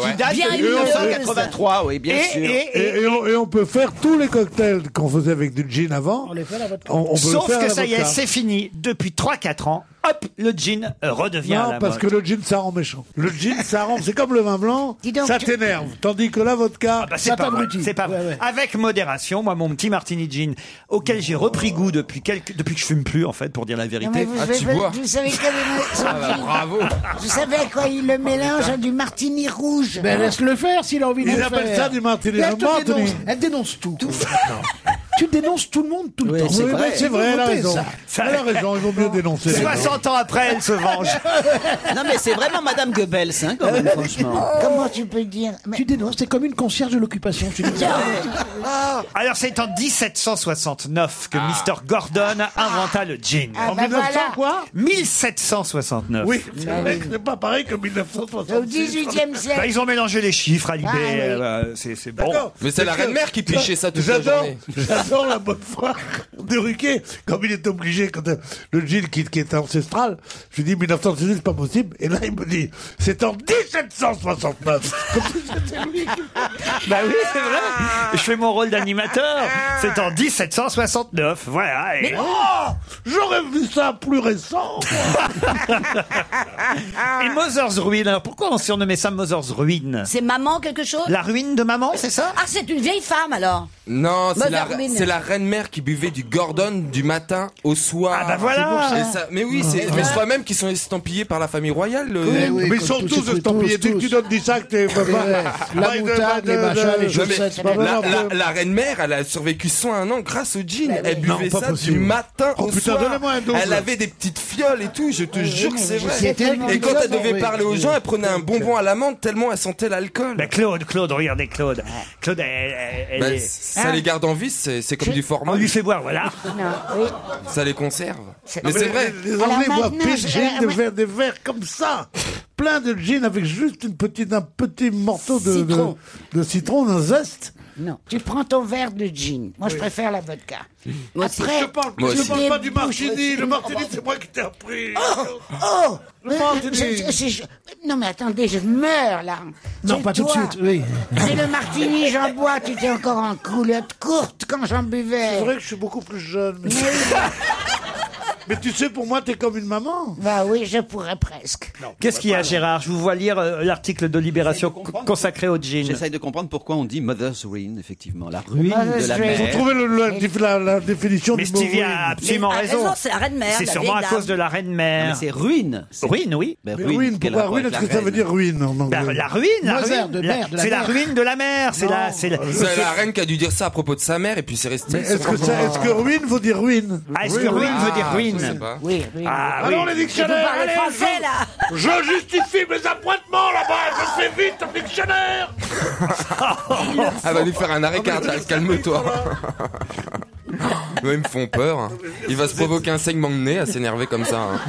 ouais. Date Bien de une 1983, oui, bien bien sûr. dire. Et- et- et- Et, et on, et on peut faire tous les cocktails qu'on faisait avec du gin avant. On les fait à votre On, on peut Sauf le faire à que la ça y est, vodka. c'est fini. Depuis 3-4 ans, hop, le gin redevient à Non, la parce mode. que le gin, ça rend méchant. Le gin, ça rend, c'est comme le vin blanc, Dis donc, ça tu- t'énerve. Tandis que la vodka, Ah bah, c'est Ça pas vrai. t'abrutit. C'est pas vrai. Ouais, ouais. Avec modération, moi, mon petit martini gin, auquel j'ai repris goût depuis quelques, depuis que je fume plus, en fait, pour dire la Non, mais vérité. vous, Ah, savez- tu bois. vous savez quel est son gin Bravo. Vous savez à quoi il le mélange à du martini rouge Ben laisse-le faire s'il a envie de Ils le appellent faire. ça du martini Elle te Martini. dénonce, elle dénonce tout. Tu dénonces tout le monde tout le Oui, temps. c'est Oui, vrai. bah, C'est vrai, elle a nouveauté, raison. ça. Elle a raison, il vaut mieux dénoncer. les gens. 60 ans après, elle se venge. non, mais c'est vraiment Madame Goebbels, hein, quand même, franchement. Comment tu peux dire Tu dénonces, c'est comme une concierge de l'occupation. Tu dénonces. Ah Alors, c'est en 1769 que Mr. Gordon inventa le jean. Ah, En bah 1900 voilà. quoi 1769. Oui, c'est vrai que c'est pas pareil que 1960. Au 18e siècle. Bah, ils ont mélangé les chiffres à l'IB. Ah, oui. euh, c'est c'est bon. Mais c'est la reine-mère qui pichait pichait ça toute la journée. J'adore la bonne foi de Ruquet. Comme il est obligé, quand euh, le Gilles qui, qui était ancestral, je lui dis 1918, c'est pas possible. Et là, il me dit, c'est en 1769. Comme si c'était lui qui- Bah oui, c'est vrai. Je fais mon rôle d'animateur. C'est en 1769. Voilà. Ah. Mais oh J'aurais vu ça plus récent. Ah. Et Mother's Ruin. Alors, pourquoi on surnommait ça Mother's Ruin C'est maman quelque chose La ruine de maman, c'est ça Ah, c'est une vieille femme alors. Non, c'est la, Mother Min. c'est la reine-mère qui buvait du Gordon du matin au soir. Ah bah voilà. Et ça- mais oui, c'est, mais je crois même qu'ils sont estampillés par la famille royale. le- Mais, ils sont tous estampillés. Dès que tu donnes 10 sacs, t'es pas Ouais, de- de- de- Non, mais la, la- la reine-mère, elle a survécu 101 ans grâce au gin. Elle Non, buvait pas ça possible. du matin Oh, au putain, soir. donnez-moi un double. Ah, Elle avait des petites fioles et tout, je te jure que c'est oui, vrai. c'était tellement Et quand elle bizarre, devait oui. parler aux gens, elle prenait un bonbon à l'amande tellement elle sentait l'alcool. Bah, Claude, Claude, regardez Claude. Claude, elle, elle- elle Bah, est- Ah. ça hein les garde en vie, c'est c'est comme du format. On lui fait boire, voilà. Ça les conserve. Non, Mais c'est vrai. Les, les Anglais boivent plus de euh, gin, de ouais. verre, des verres comme ça. Plein de gin avec juste une petite, un petit morceau de de- Citron. de citron, d'un zeste. Non. Tu prends ton verre de gin. Moi, je préfère la vodka. Après, je parle, Moi je aussi. parle pas Des du martini. bouches- Le martini, c'est moi qui t'ai appris. Oh Le martini. Je- je- je- Non, mais attendez, je meurs là. Non, C'est pas tout de toi. suite, oui. C'est le martini, j'en bois. Tu étais encore en coulotte courte quand j'en buvais. C'est vrai que je suis beaucoup plus jeune. Mais, Mais tu sais, pour moi, t'es comme une maman. Bah oui, je pourrais presque. Qu'est-ce qu'il y a, Gérard Je vous vois lire euh, l'article de Libération co- consacré au gin. J'essaye de comprendre pourquoi on dit Mother's Ruin, effectivement. La ruine Mother's de la Ruin. mère. Faut trouver le- le- la, la définition Mais du mot. Stevie ruine. a absolument Mais- ah, raison. raison, c'est la reine-mère, C'est la sûrement vieille à dame. cause de la reine-mère. Non, mais c'est ruine. C'est- Ruine, oui. Ben, Mais ruine, ruine, quel pourquoi rapport ruine avec Est-ce la que ça veut reine dire ruine en anglais Bah, la ruine, la Mother ruine, de la- mère, de la c'est la mère. ruine de la mer, c'est la, c'est Euh, la, C'est la reine qui a dû dire ça à propos de sa mère et puis c'est resté. Mais est-ce que, ça- est-ce que ruine veut dire ruine Ah, est-ce que ruine veut dire ruine Je sais pas. Oui, oui. Ah, oui. Alors les dictionnaires, parlez allez, français, je- là. Je justifie mes appointements là-bas, je fais vite un dictionnaire Ah, bah, Elle Ah, va lui faire un arrêt cardiaque, calme-toi. Ouais, Ils me font peur. hein. Il va se provoquer un saignement de nez à s'énerver comme ça. hein.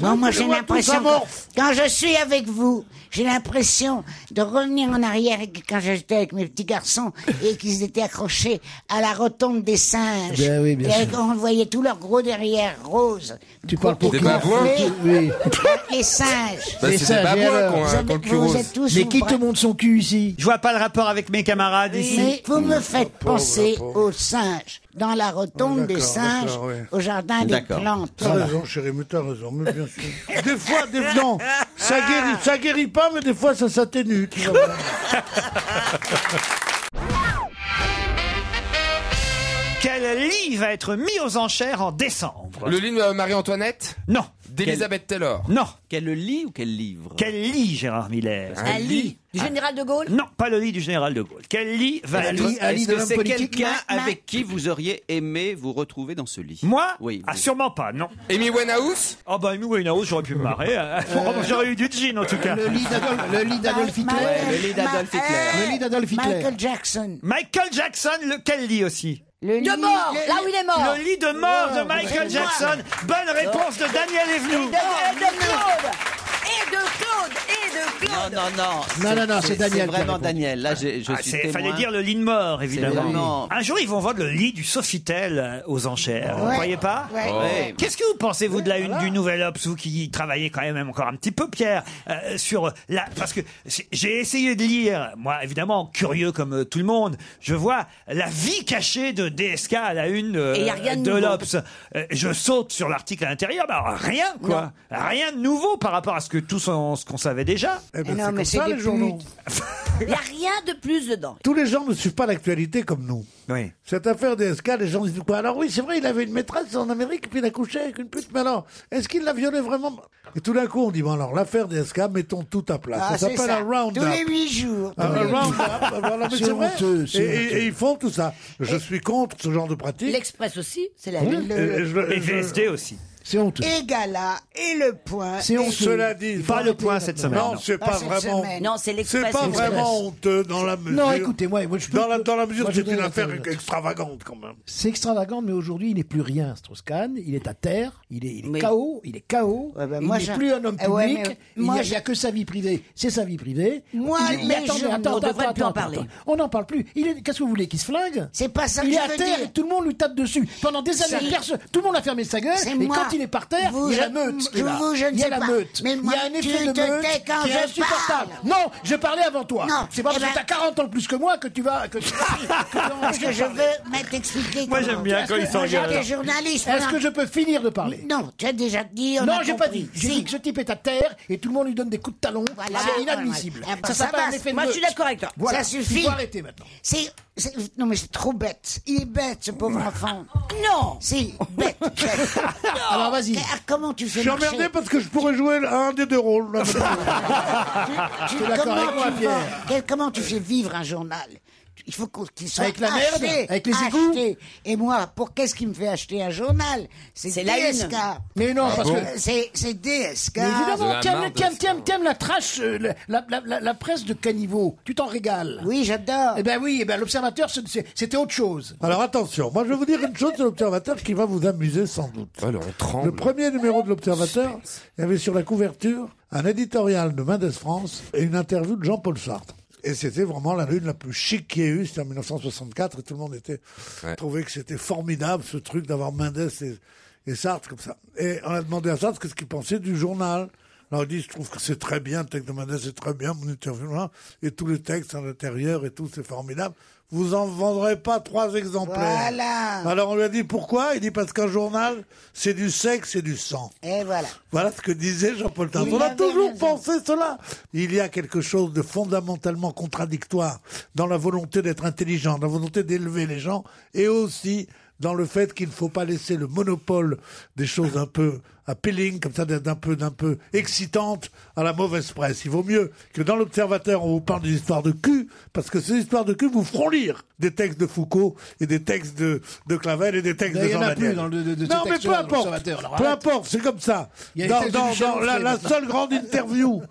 Non, moi j'ai vois l'impression. tout que- amorphe. Quand je suis avec vous, j'ai l'impression de revenir en arrière et que quand j'étais avec mes petits garçons et qu'ils étaient accrochés à la rotonde des singes. Ben oui, bien et on voyait tout leur gros derrière rose. Tu parles pour Des qui babouins Oui. Les singes. Bah, Mais c'est ça, des mais babouins alors, qu'on Vous, a avez- qu'on le cul vous rose. êtes tous. Mais qui vrais- te montre son cul ici Je vois pas le rapport avec mes camarades ici. Mais vous me faites penser aux singes dans la rotonde des d'accord, singes, d'accord, ouais. au jardin des D'accord. plantes. T'as raison, chérie, mais t'as raison, mais bien sûr. Des fois, des non, ça guérit, ça guérit pas, mais des fois, ça s'atténue. tu vas voir. Quel lit va être mis aux enchères en décembre Le livre de Marie-Antoinette Non, d'Elisabeth Taylor. non. Quel lit ou quel livre Quel lit, Gérard Miller Ah. Un Un lit lit. du général de Gaulle Non, pas le lit du général de Gaulle. Quel lit va être... Est-ce que c'est quelqu'un Mac, Mac. avec qui vous auriez aimé vous retrouver dans ce lit Moi Oui. Ah, vous- sûrement pas, non. Amy Winehouse Ah bah, Amy Winehouse, j'aurais pu me marrer. hein. J'aurais eu du jean, en tout cas. Le lit d'Adolf- le lit d'Adolf Hitler. le lit d'Adolf Hitler. Le lit d'Adolf Hitler. Michael Jackson. Michael Jackson, lequel lit aussi Le lit- De mort, le- là où il est mort. Le lit de mort de Michael Jackson. Bonne réponse de Daniel Evenou. De, de Claude Et de Claude Et de Ah, Non, Claude non, non. Non, non, non, c'est Daniel qui vraiment répond. Daniel. Là, j'ai- je Ah, suis c'est- témoin. fallait dire le lit de mort, évidemment. vraiment- Un jour, ils vont vendre le lit du Sofitel euh, aux enchères. Vous Ouais. croyez pas Ouais. Ouais. Qu'est-ce que vous pensez, vous, de la une du Nouvel Obs, vous qui travaillez quand même encore un petit peu, Pierre, euh, sur la... Parce que c'est- j'ai essayé de lire, moi, évidemment, curieux comme euh, tout le monde, je vois la vie cachée de DSK à la une euh, Et y a rien de de nouveau. l'Obs. Euh, je saute sur l'article à l'intérieur, bah, alors, rien, quoi. Rien de nouveau par rapport à ce que tout son- ce qu'on savait déjà. Eh ben, non, comme mais c'est ça, des les journaux. Il n'y a rien de plus dedans. Tous les gens ne suivent pas l'actualité comme nous. Oui. Cette affaire DSK, les gens disent quoi Alors oui, c'est vrai, il avait une maîtresse en Amérique, puis il a couché avec une pute, mais alors, est-ce qu'il l'a violée vraiment Et tout d'un coup, on dit, bon alors, l'affaire DSK, mettons tout à plat. Ah, ça c'est s'appelle ça. un round-up. Ah, Tous les huit jours. Un Tous les huit round-up, ben jours. voilà, mais C'est c'est vrai. honteux, Et, c'est et- honteux. et ils font tout ça. Je suis contre ce genre de pratique. L'Express aussi, c'est la Oui. Euh. ville. Et je- Et VSD aussi. C'est honteux. Et Gala, et le point. C'est honteux. Cela dit, Pas le point cette semaine, non. Non, Non, c'est pas vraiment- Non, c'est l'Express. C'est pas vraiment honteux dans la mesure. Non, écoutez, moi, moi, je peux- dans, la, dans la mesure, moi, que je c'est donne une la affaire parole. extravagante quand même. C'est extravagant, mais aujourd'hui, il n'est plus rien, Strauss-Kahn. Il est à terre, il est, il est KO, il est KO. moi, il j'ai- n'est plus un homme Eh public. ouais, mais il moi, n'y a, j'ai- il y a que sa vie privée. C'est sa vie privée. Moi, il est- les attendez, gens, attends, on attends, devrait attends, plus en attends, parler. attends. On n'en parle plus. Il est- Qu'est-ce que vous voulez qu'il se flingue C'est pas ça Il que est je à veux terre dire. et tout le monde lui tape dessus. Pendant des années, C'est- personne- tout le monde a fermé sa gueule. C'est Et moi. quand il est par terre, Vous, il y a la je- meute. qui est vous, là. je ne il y a sais la pas. meute. Mais moi, il y a un tu effet de te meute tais quand qui est je insupportable. Non, je parlais avant toi. Non. C'est pas Eh parce que ben- t'as 40 ans de plus que moi que tu vas... que tu- Parce que je veux mais t'expliquer. Moi, j'aime bien quand ils s'engueulent. Est-ce journaliste. Est-ce que je peux finir de parler hein. Non, tu as déjà dit. on non, a j'ai pas compris. dit. J'ai Si. dit que ce type est à terre et tout le monde lui donne des coups de talon. Voilà. c'est inadmissible. Ah, bah, ça s'appelle va, un effet de moi, meute. je suis d'accord avec toi. Voilà. Ça suffit. Il faut arrêter maintenant. C'est, c'est- non, mais c'est trop bête. Il est bête, ce pauvre enfant. Non Si, bête. Alors, vas-y. Comment tu Je fais suis marcher emmerdé parce que je pourrais jouer un des deux rôles. là. Tu- Je suis d'accord comment avec toi, tu Pierre. vas- quel- Comment tu fais vivre un journal Il faut qu'on- qu'il soit Avec la merde acheté, Avec les égouts Et moi, pour qu'est-ce qui me fait acheter un journal C'est C'est la une. DSK. Mais non, parce Euh, que- C'est c'est DSK. Mais évidemment, t'aimes, t'aimes, t'aimes, t'aimes la trash, euh, la, la- la- la- la presse de caniveau. Tu t'en régales. Oui, j'adore. Eh ben oui, eh ben l'observateur, c'est- c'est- c'était autre chose. Alors attention, moi je vais vous dire une chose sur l'Observateur qui va vous amuser sans doute. Ah, Le premier numéro de l'Observateur, il y avait sur la couverture un éditorial de Mendes France et une interview de Jean-Paul Sartre. Et c'était vraiment la lune la plus chic qu'il y ait eu, c'était en 1964 et tout le monde était trouvait que c'était formidable ce truc d'avoir Mendes et, et Sartre comme ça. Et on a demandé à Sartre qu'est-ce qu'il pensait du journal. Alors il dit, je trouve que c'est très bien, le texte de Mendes c'est très bien, mon interview, hein, et tous les textes à l'intérieur et tout, c'est formidable. Vous en vendrez pas trois exemplaires. Voilà. Alors on lui a dit pourquoi Il dit parce qu'un journal, c'est du sexe et du sang. Et voilà. Voilà ce que disait Jean-Paul Tartre. Il On a avait toujours raison. pensé cela. Il y a quelque chose de fondamentalement contradictoire dans la volonté d'être intelligent, dans la volonté d'élever les gens, et aussi dans le fait qu'il ne faut pas laisser le monopole des choses un peu appealing, comme ça, d'un peu, d'un peu excitantes à la mauvaise presse. Il vaut mieux que dans l'Observateur, on vous parle des histoires de cul, parce que ces histoires de cul vous feront lire des textes de Foucault et des textes de, de Clavel et des textes Mais de il y en Jean a Daniel. plus dans le- de- de ces Non, mais peu textes-là dans importe. l'Observateur, alors hein. Peu arrête. importe, c'est comme ça. Il y a les Dans, textes dans- du Michel dans la, Onfray, la maintenant. seule grande interview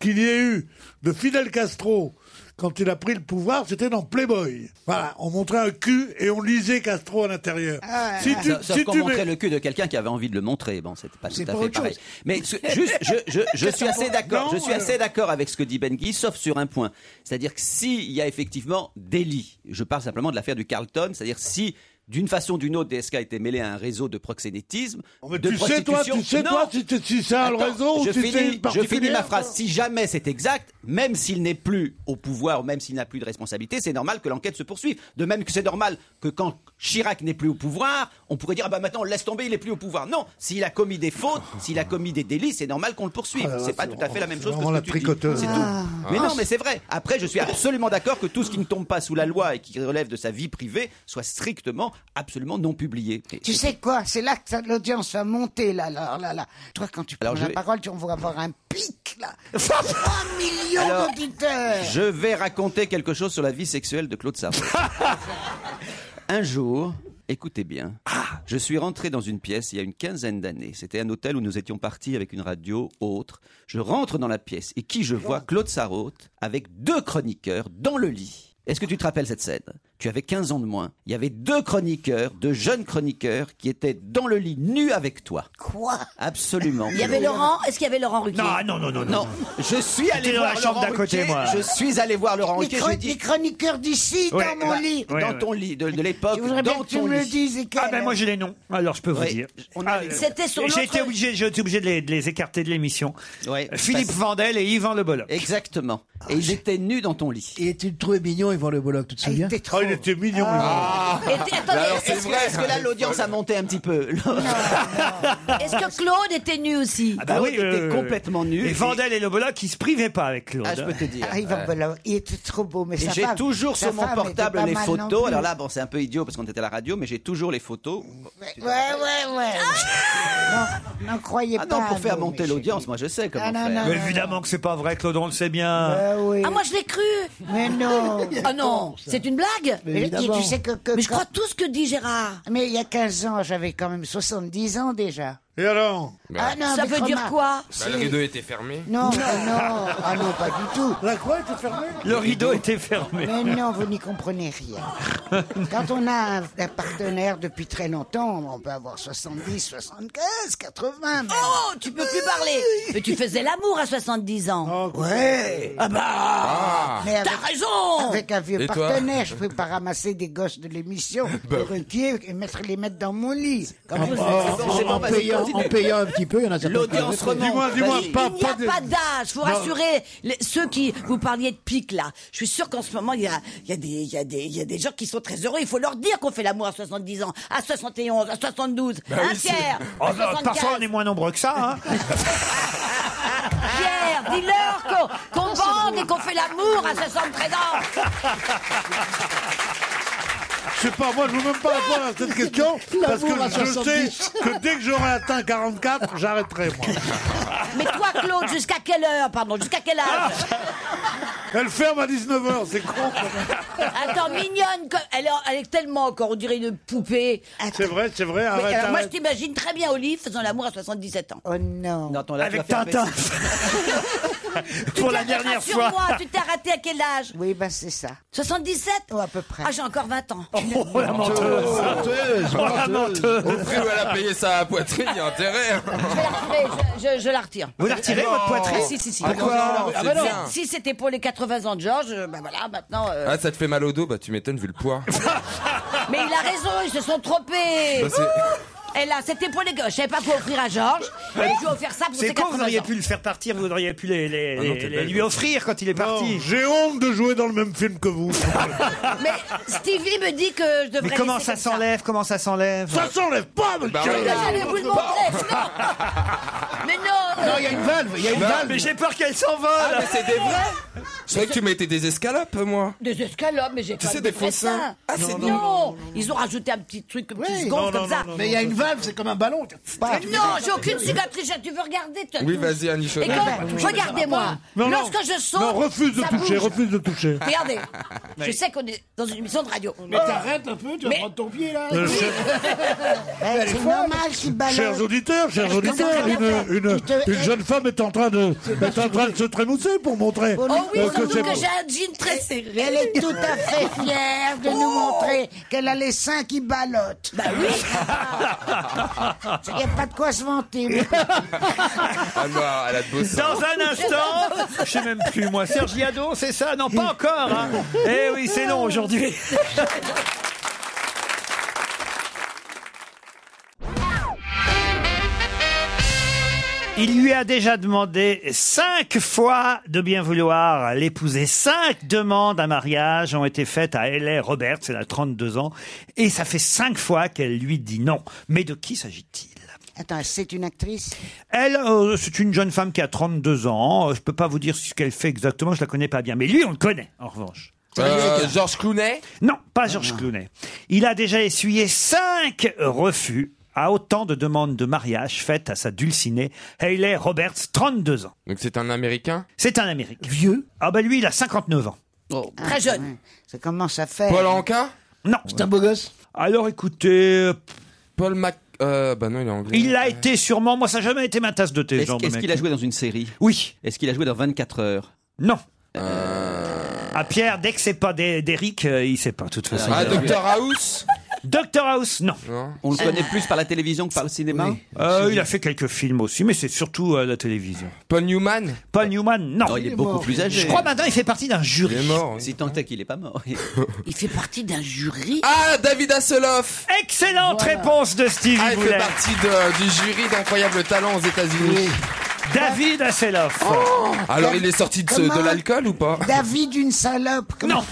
qu'il y ait eu de Fidel Castro quand il a pris le pouvoir, c'était dans Playboy. Voilà, on montrait un cul et on lisait Castro à l'intérieur. Ah, Si tu, Sauf- Sauf si qu'on tu montrait mets- le cul de quelqu'un qui avait envie de le montrer. Bon, c'était pas tout C'est à pas fait autre pareil. chose. Mais ce- juste, je, je, je Qu'est-ce suis qu'on assez peut- d'accord. Je Non, suis euh. assez d'accord avec ce que dit Benguy, sauf sur un point. C'est-à-dire que s'il y a effectivement délit, je parle simplement de l'affaire du Carlton, c'est-à-dire si d'une façon ou d'une autre, DSK était mêlé à un réseau de proxénétisme. Oh, mais de tu sais, toi, prostitution. tu sais, Non. toi, si, t'es- si c'est un Attends, réseau ou je si finis, c'est une je finis ma particulière, phrase. Si jamais c'est exact, même s'il n'est plus au pouvoir, même s'il n'a plus de responsabilité, c'est normal que l'enquête se poursuive. De même que c'est normal que quand Chirac n'est plus au pouvoir, on pourrait dire ah bah maintenant on le laisse tomber, il est plus au pouvoir. Non, s'il a commis des fautes, s'il a commis des délits, c'est normal qu'on le poursuive. Ah là là, c'est pas c'est tout à fait la même c'est chose que ce vraiment que la tu dis. tricoteuse. C'est tout. Ah. Mais Ah. non, mais c'est vrai. Après, je suis absolument d'accord que tout ce qui ne tombe pas sous la loi et qui relève de sa vie privée soit strictement, absolument non publié. Et- Tu sais quoi C'est là que ça- l'audience va monter, là, là, là, là. Toi, quand tu prends Alors, je la vais- parole, tu, on va avoir un pic, là. 3 millions Alors, d'auditeurs. Je vais raconter quelque chose sur la vie sexuelle de Claude Savoie. un jour, écoutez bien, je suis rentré dans une pièce il y a une quinzaine d'années. C'était un hôtel où nous étions partis avec une radio autre. Je rentre dans la pièce et qui je vois Claude Sarraute avec deux chroniqueurs dans le lit. Est-ce que tu te rappelles cette scène Tu avais 15 ans de moins. Il y avait deux chroniqueurs, deux jeunes chroniqueurs qui étaient dans le lit nus avec toi. Quoi Absolument. Il y avait Laurent Est-ce qu'il y avait Laurent Ruquier Non, non, non, non, non. Je suis allé J'étais dans voir la chambre Laurent d'à côté, Ruquier, moi. Je suis allé voir Laurent les, Ruquier. chron- J'ai dit les chroniqueurs d'ici, Ouais, dans mon bah, lit. dans ton lit de, de l'époque, Je voudrais bien dans que tu ton me le lit. dises, Étienne. Ah ben moi j'ai les noms, alors je peux vous Oui. dire. On Ah, a les- C'était sur J'ai été l'autre- obligé, j'ai été obligé de les, de les écarter de l'émission. Euh, Ouais. Philippe Parce- Vandel et Yvan Le Bolloc. Exactement. Et ils étaient nus dans ton lit. Et tu le trouvais mignon, Yvan Le Bolloc, tu te souviens Oh, était Ah. trop il était mignon. lui. Et- attendez, est-ce que, est-ce que là l'audience a monté un petit peu Est-ce que Claude était nu aussi Ah bah oui, Claude était complètement nu. Et Vandel et Lobola qui se privaient pas avec Claude. hein. Ah, je peux te dire. Ah, il va- Voilà, il était trop beau, mais Et sa j'ai femme- toujours sa sur mon femme était portable pas les mal non photos. plus. Alors là, bon, c'est un peu idiot parce qu'on était à la radio, mais j'ai toujours les photos. Ouais, ouais, ouais. non, n'en croyez Ah pas. non, pour à faire nous. monter l'audience, moi je sais comment Ah non, faire. non, Bah Mais évidemment que c'est pas vrai, Claude, on le sait bien. Ah, moi je l'ai cru Mais non Ah non C'est une blague Mais évidemment. Mais je crois tout ce que dit Gérard Mais il y a 15 ans, j'avais quand même 70 ans déjà. Et alors Ah non, Ça mais veut dire remarque- quoi Bah, Si. le rideau était fermé. Non, mais non, ah non, pas du tout. La quoi était fermée Le rideau était fermé. Mais non, vous n'y comprenez rien. Quand on a un, un partenaire depuis très longtemps, on peut avoir 70, 75, 80. Oh, tu peux plus parler Mais tu faisais l'amour à 70 ans Ouais Ah bah Ah, Mais T'as avec- raison Avec un vieux Et toi partenaire, je peux pas ramasser des gosses de l'émission Bah. pour un pied et mettre, les mettre dans mon lit. Comme En, vous- en- en- en payant, en payant un petit peu, il y en a certains. L'audience qui- remonte. Dis-moi, dis-moi, Il n'y pas- a pas pas, de- d'âge, vous Non. rassurez les- ceux qui vous parliez de pique là. Je suis sûr qu'en ce moment il y a, il y, a des- il y, a des- il y a des gens qui sont très heureux. Il faut leur dire qu'on fait l'amour à 70 ans, à 71, à 72, Bah à un oui, c'est- tiers. Oh, à non, parfois 75. on est moins nombreux que ça. hein. Pierre, dis-leur qu'on qu'on bande et qu'on fait l'amour à 73 ans. Je sais pas, moi je veux même pas répondre à cette question parce que L'amour à je 70. sais que dès que j'aurai atteint 44, j'arrêterai moi. Mais toi, Claude, jusqu'à quelle heure, pardon, jusqu'à quel âge Elle ferme à 19h, c'est con. Attends, mignonne, comme- elle est, elle est tellement encore, on dirait une poupée. C'est vrai, c'est vrai, Oui, arrête. alors moi, je arrête. t'imagine très bien Olive faisant l'amour à 77 ans. Oh non. Avec Tintin. Pour la dernière fois. moi, tu t'es raté à quel âge Oui, ben c'est ça. 77 Oh, à peu près. Ah, j'ai encore 20 ans. Oh la menteuse Oh, la menteuse. Au prix où elle a payé sa poitrine, il y a intérêt. Je, je- je la retire. Vous la retirez, votre poitrine Ah, Si, si, si. Ah, Pourquoi non, non, non, Ah, c'est bah non. bien. Si c'était pour les 80 ans de Georges, euh, bah voilà, maintenant. euh, Ah, ça te fait mal au dos Bah, tu m'étonnes vu le poids. Mais il a raison, ils se sont trompés. Bah, c'est- Et là, c'était pour les gars. Je savais pas quoi offrir à Georges. Et je vais offrir ça pour ses C'est con, 80 vous auriez ans. pu le faire partir, vous auriez pu les, les- Ah non, t'es les- belle, lui toi. offrir quand il est Non, parti. J'ai honte de jouer dans le même film que vous. Mais Stevie me dit que je devrais. Mais comment ça s'enlève Comment ça s'enlève Ça s'enlève pas, monsieur Bah oui. Mais euh, j'allais vous le montrer, Mais non euh, Non, il y a une valve, il y a une Non, valve. mais j'ai Bah, peur qu'elle s'envole. Ah, mais c'est des vrais Je croyais que tu mettais des escalopes, moi. Des escalopes, mais j'ai Tu pas sais, de des vrai faux seins. seins. Ah, non, c'est non, Ils ont rajouté un petit truc, un petit Non, gonfle non, comme ça. non, non, Mais il y a une valve, c'est comme un ballon. Mais non, j'ai aucune cicatrice. Tu veux regarder toi, Oui, touche. vas-y, Annie Chaudin. Et quand- Regardez-moi. Non, non. Lorsque je saute, Non, refuse de ça toucher, bouge. refuse de toucher. Regardez, je sais qu'on est dans une émission de radio. Ah. Mais t'arrêtes un peu, tu vas Mais- prendre ton pied là. Euh, Oui. Eh, Elle est c'est folle. normal qu'il balance. Chers auditeurs, chers Parce que ça auditeurs, veut une, rien faire. une- Il te- une jeune femme est en train de, est en train de se trémousser pour montrer Oh Oh oui, euh, surtout c'est que j'ai un jean très serré. Elle est tout à fait fière de nous montrer qu'elle a les seins qui ballottent. Bah oui Il n'y a pas de quoi se vanter. mais- Ah, non, elle a de beaux seins. Dans un instant, je sais même plus moi, Serge Yadon, c'est ça Non, pas encore. hein. Eh oui, c'est long aujourd'hui. Il lui a déjà demandé cinq fois de bien vouloir l'épouser. Cinq demandes à mariage ont été faites à L.A. Roberts, elle a 32 ans, et ça fait cinq fois qu'elle lui dit non. Mais de qui s'agit-il Attends, c'est une actrice elle, euh, c'est une jeune femme qui a 32 ans. Euh, Je peux pas vous dire ce qu'elle fait exactement, je la connais pas bien. Mais lui, on le connaît, en revanche. Euh, Georges Clooney Ah. Non, pas Georges Clooney. Il a déjà essuyé cinq refus à autant de demandes de mariage faites à sa dulcinée Hayley Roberts, 32 ans. Donc c'est un Américain C'est un Américain. Vieux Ah ben lui, il a 59 ans. Très jeune. Ah, Ça commence à faire. Paul Anka Non. C'est un beau gosse Alors écoutez... euh, Paul Mac... Euh, bah non, il est anglais. Il l'a été sûrement, moi ça n'a jamais été ma tasse de thé, Est-ce Jean est-ce Domecq. qu'il a joué dans une série hein. Oui. Est-ce qu'il a joué dans 24 heures Euh, Non. Ah Pierre, dès que c'est pas d'E- d'Eric, euh, il sait pas, de toute façon. Euh, Ah, Dr. House Doctor House, non. On le connaît plus par la télévision que par le cinéma Ah, Euh, il a fait quelques films aussi, mais c'est surtout à la télévision. Paul Newman Paul Newman, non. Non, il est beaucoup plus âgé. Je crois maintenant il fait partie d'un jury. Il est mort. Si tant est qu'il est pas mort. Il fait partie d'un jury. Ah, David Hasselhoff Excellente réponse de Stevie Ah, il Boulet. fait partie de- du jury d'Incroyable Talent aux États-Unis. David Asseloff. Alors, il est sorti de, ce- de Comment l'alcool ou pas David, une salope. Non.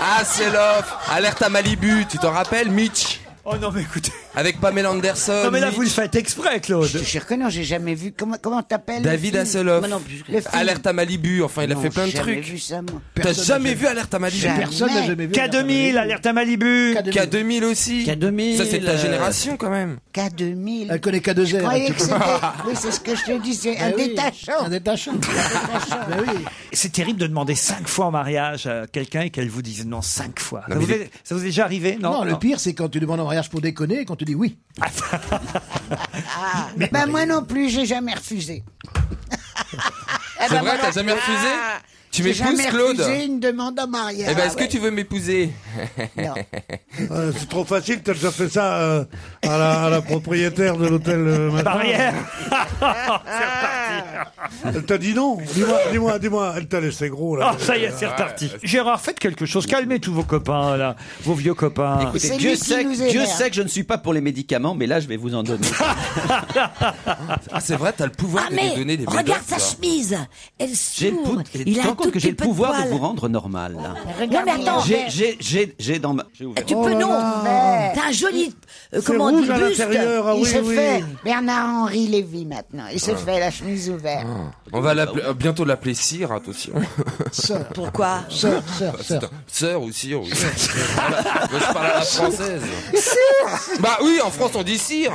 Ah, c'est l'offre Alerte à Malibu, tu t'en rappelles, Mitch Oh non, mais écoutez. Avec Pamela Anderson. Non, mais là, vous le faites exprès, Claude. Je suis reconnu, j'ai jamais vu. Comment comment t'appelles le David film Asseloff. Moi non plus, je l'ai- Le film. Alerte à Malibu, enfin, il a Non, fait plein de j'ai jamais trucs. vu ça, moi. T'as Personne jamais n'a vu Alerte à Malibu Jamais. Personne n'a jamais vu Alerte à Malibu. K2000, Alerte à Malibu. K2000 aussi. K2000, Ça, c'est de ta euh, génération quand même. K2000. Elle connaît K2R, Je croyais elle, que tu vois. c'était. Oui, c'est ce que je te dis, c'est Ben un oui, détachant. Un détachant. C'est terrible de demander cinq fois en mariage à quelqu'un et qu'elle vous dise non cinq fois. ça, Non, mais vous il est, ça vous est déjà arrivé Non, Non, le pire, c'est quand tu demandes en mariage pour déconner et quand tu dis oui. Ah. Mais ben, moi non plus, j'ai jamais refusé. Eh C'est vrai, t'as jamais refusé Tu ben Ah, J'ai m'épouses, jamais Claude refusé une demande en mariage. Eh ben, est-ce que tu veux m'épouser Non. Euh, c'est trop facile, t'as déjà fait ça euh, à, la, à la propriétaire de l'hôtel euh, machin. Barrière. Elle t'a dit non Dis-moi, dis-moi, dis-moi, elle t'a laissé gros là. Ah, ça y est, c'est Ouais. reparti. Gérard, faites quelque chose. Calmez tous vos copains, là. Vos vieux copains. Écoutez, Dieu sait, Dieu sait que je ne suis pas pour les médicaments, mais là, je vais vous en donner. ah, c'est vrai, t'as le pouvoir de mais regarde sa chemise. Elle J'ai le, pou- s'ouvre. tu Il te a rends un tout compte que petit j'ai le peu de pouvoir de, poils. vous rendre normal. là. Non, mais attends. J'ai- J'ai j'ai- j'ai dans ma. Eh j'ai ouvert. Tu peux Oh, non. T'as un joli. euh, comment on dit buste. Il se fait ah Bernard-Henri Lévy maintenant. Il Ah. se fait la chemise ouverte. On va l'appeler- euh, bientôt l'appeler Sire, attention. Sœur. Pourquoi Sœur, sœur, sœur. Sœur ou Sire oui. Moi, je parle à la française. euh, Bah oui, en France, on dit Sire.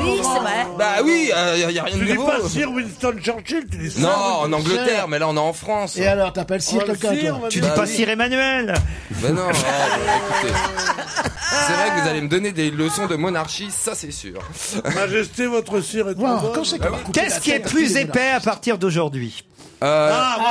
Oui, c'est vrai. Bah oui, il n'y a rien Tu de dis nouveau. pas Sir Winston Churchill, tu dis Non, Sir en Winston Angleterre, Churchill. mais là on est en France. Et alors, t'appelles Sir Oh, le quelqu'un, Sir, toi on va Tu bien dis pas dire. Sir Emmanuel Ben non, oh, bah, écoutez. C'est vrai que vous allez me donner des leçons de monarchie, ça c'est sûr. Majesté, votre Sire est Wow, quand c'est qu'on va couper Qu'est-ce la qui est tête à plus Philippe épais à partir d'aujourd'hui Ah, ah,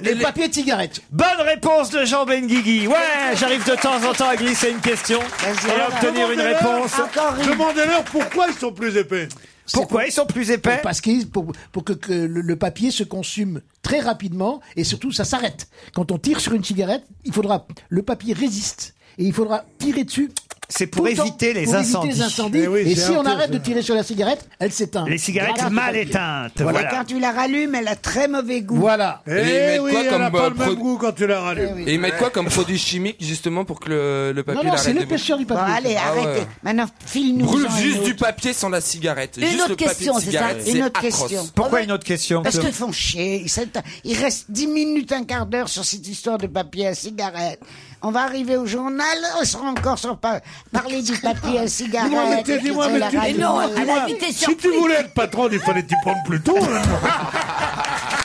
les, papiers de cigarettes. Bonne réponse de Jean Benguigui. Ouais, j'arrive de temps en temps à glisser une question et à obtenir une Demandez-leur- réponse. Demandez-leur pourquoi ils sont plus épais. Ah, Pourquoi ils sont plus épais Parce qu'ils pour, pour que, que le, le papier se consume très rapidement et surtout ça s'arrête. Quand on tire sur une cigarette, il faudra le papier résiste et il faudra tirer dessus. C'est pour tout le temps, éviter les pour incendies. les incendies. Eh oui, et c'est si on honteux, arrête ça. de tirer sur la cigarette, elle s'éteint. Les cigarettes Grâce au mal papier. éteintes, Et voilà. quand tu la rallumes, elle a très mauvais goût. Voilà. Eh oui, elle a pas le même pro- goût quand tu la Eh rallumes. euh, Et ils mettent quoi comme produit chimique justement pour que le, le papier l'arrête de- Bon, allez, Ah ouais. arrêtez. Maintenant, file-nous. Brûle en juste une du autre. papier sans la cigarette. Une juste autre le papier question, de c'est ça cigarette. Une autre atroce. question. Pourquoi une autre question Parce Claude qu'ils font chier. Ils s'éteignent. Il reste 10 minutes, un quart d'heure sur cette histoire de papier à cigarette. On va arriver au journal, on sera encore sur pa- parler du papier à cigarette. bah, Dis-moi, mais, t'es- et dis-moi, de mais la tu- radio. dis-moi, dis-moi, si tu voulais être patron, il fallait t'y prendre plus tôt. hein.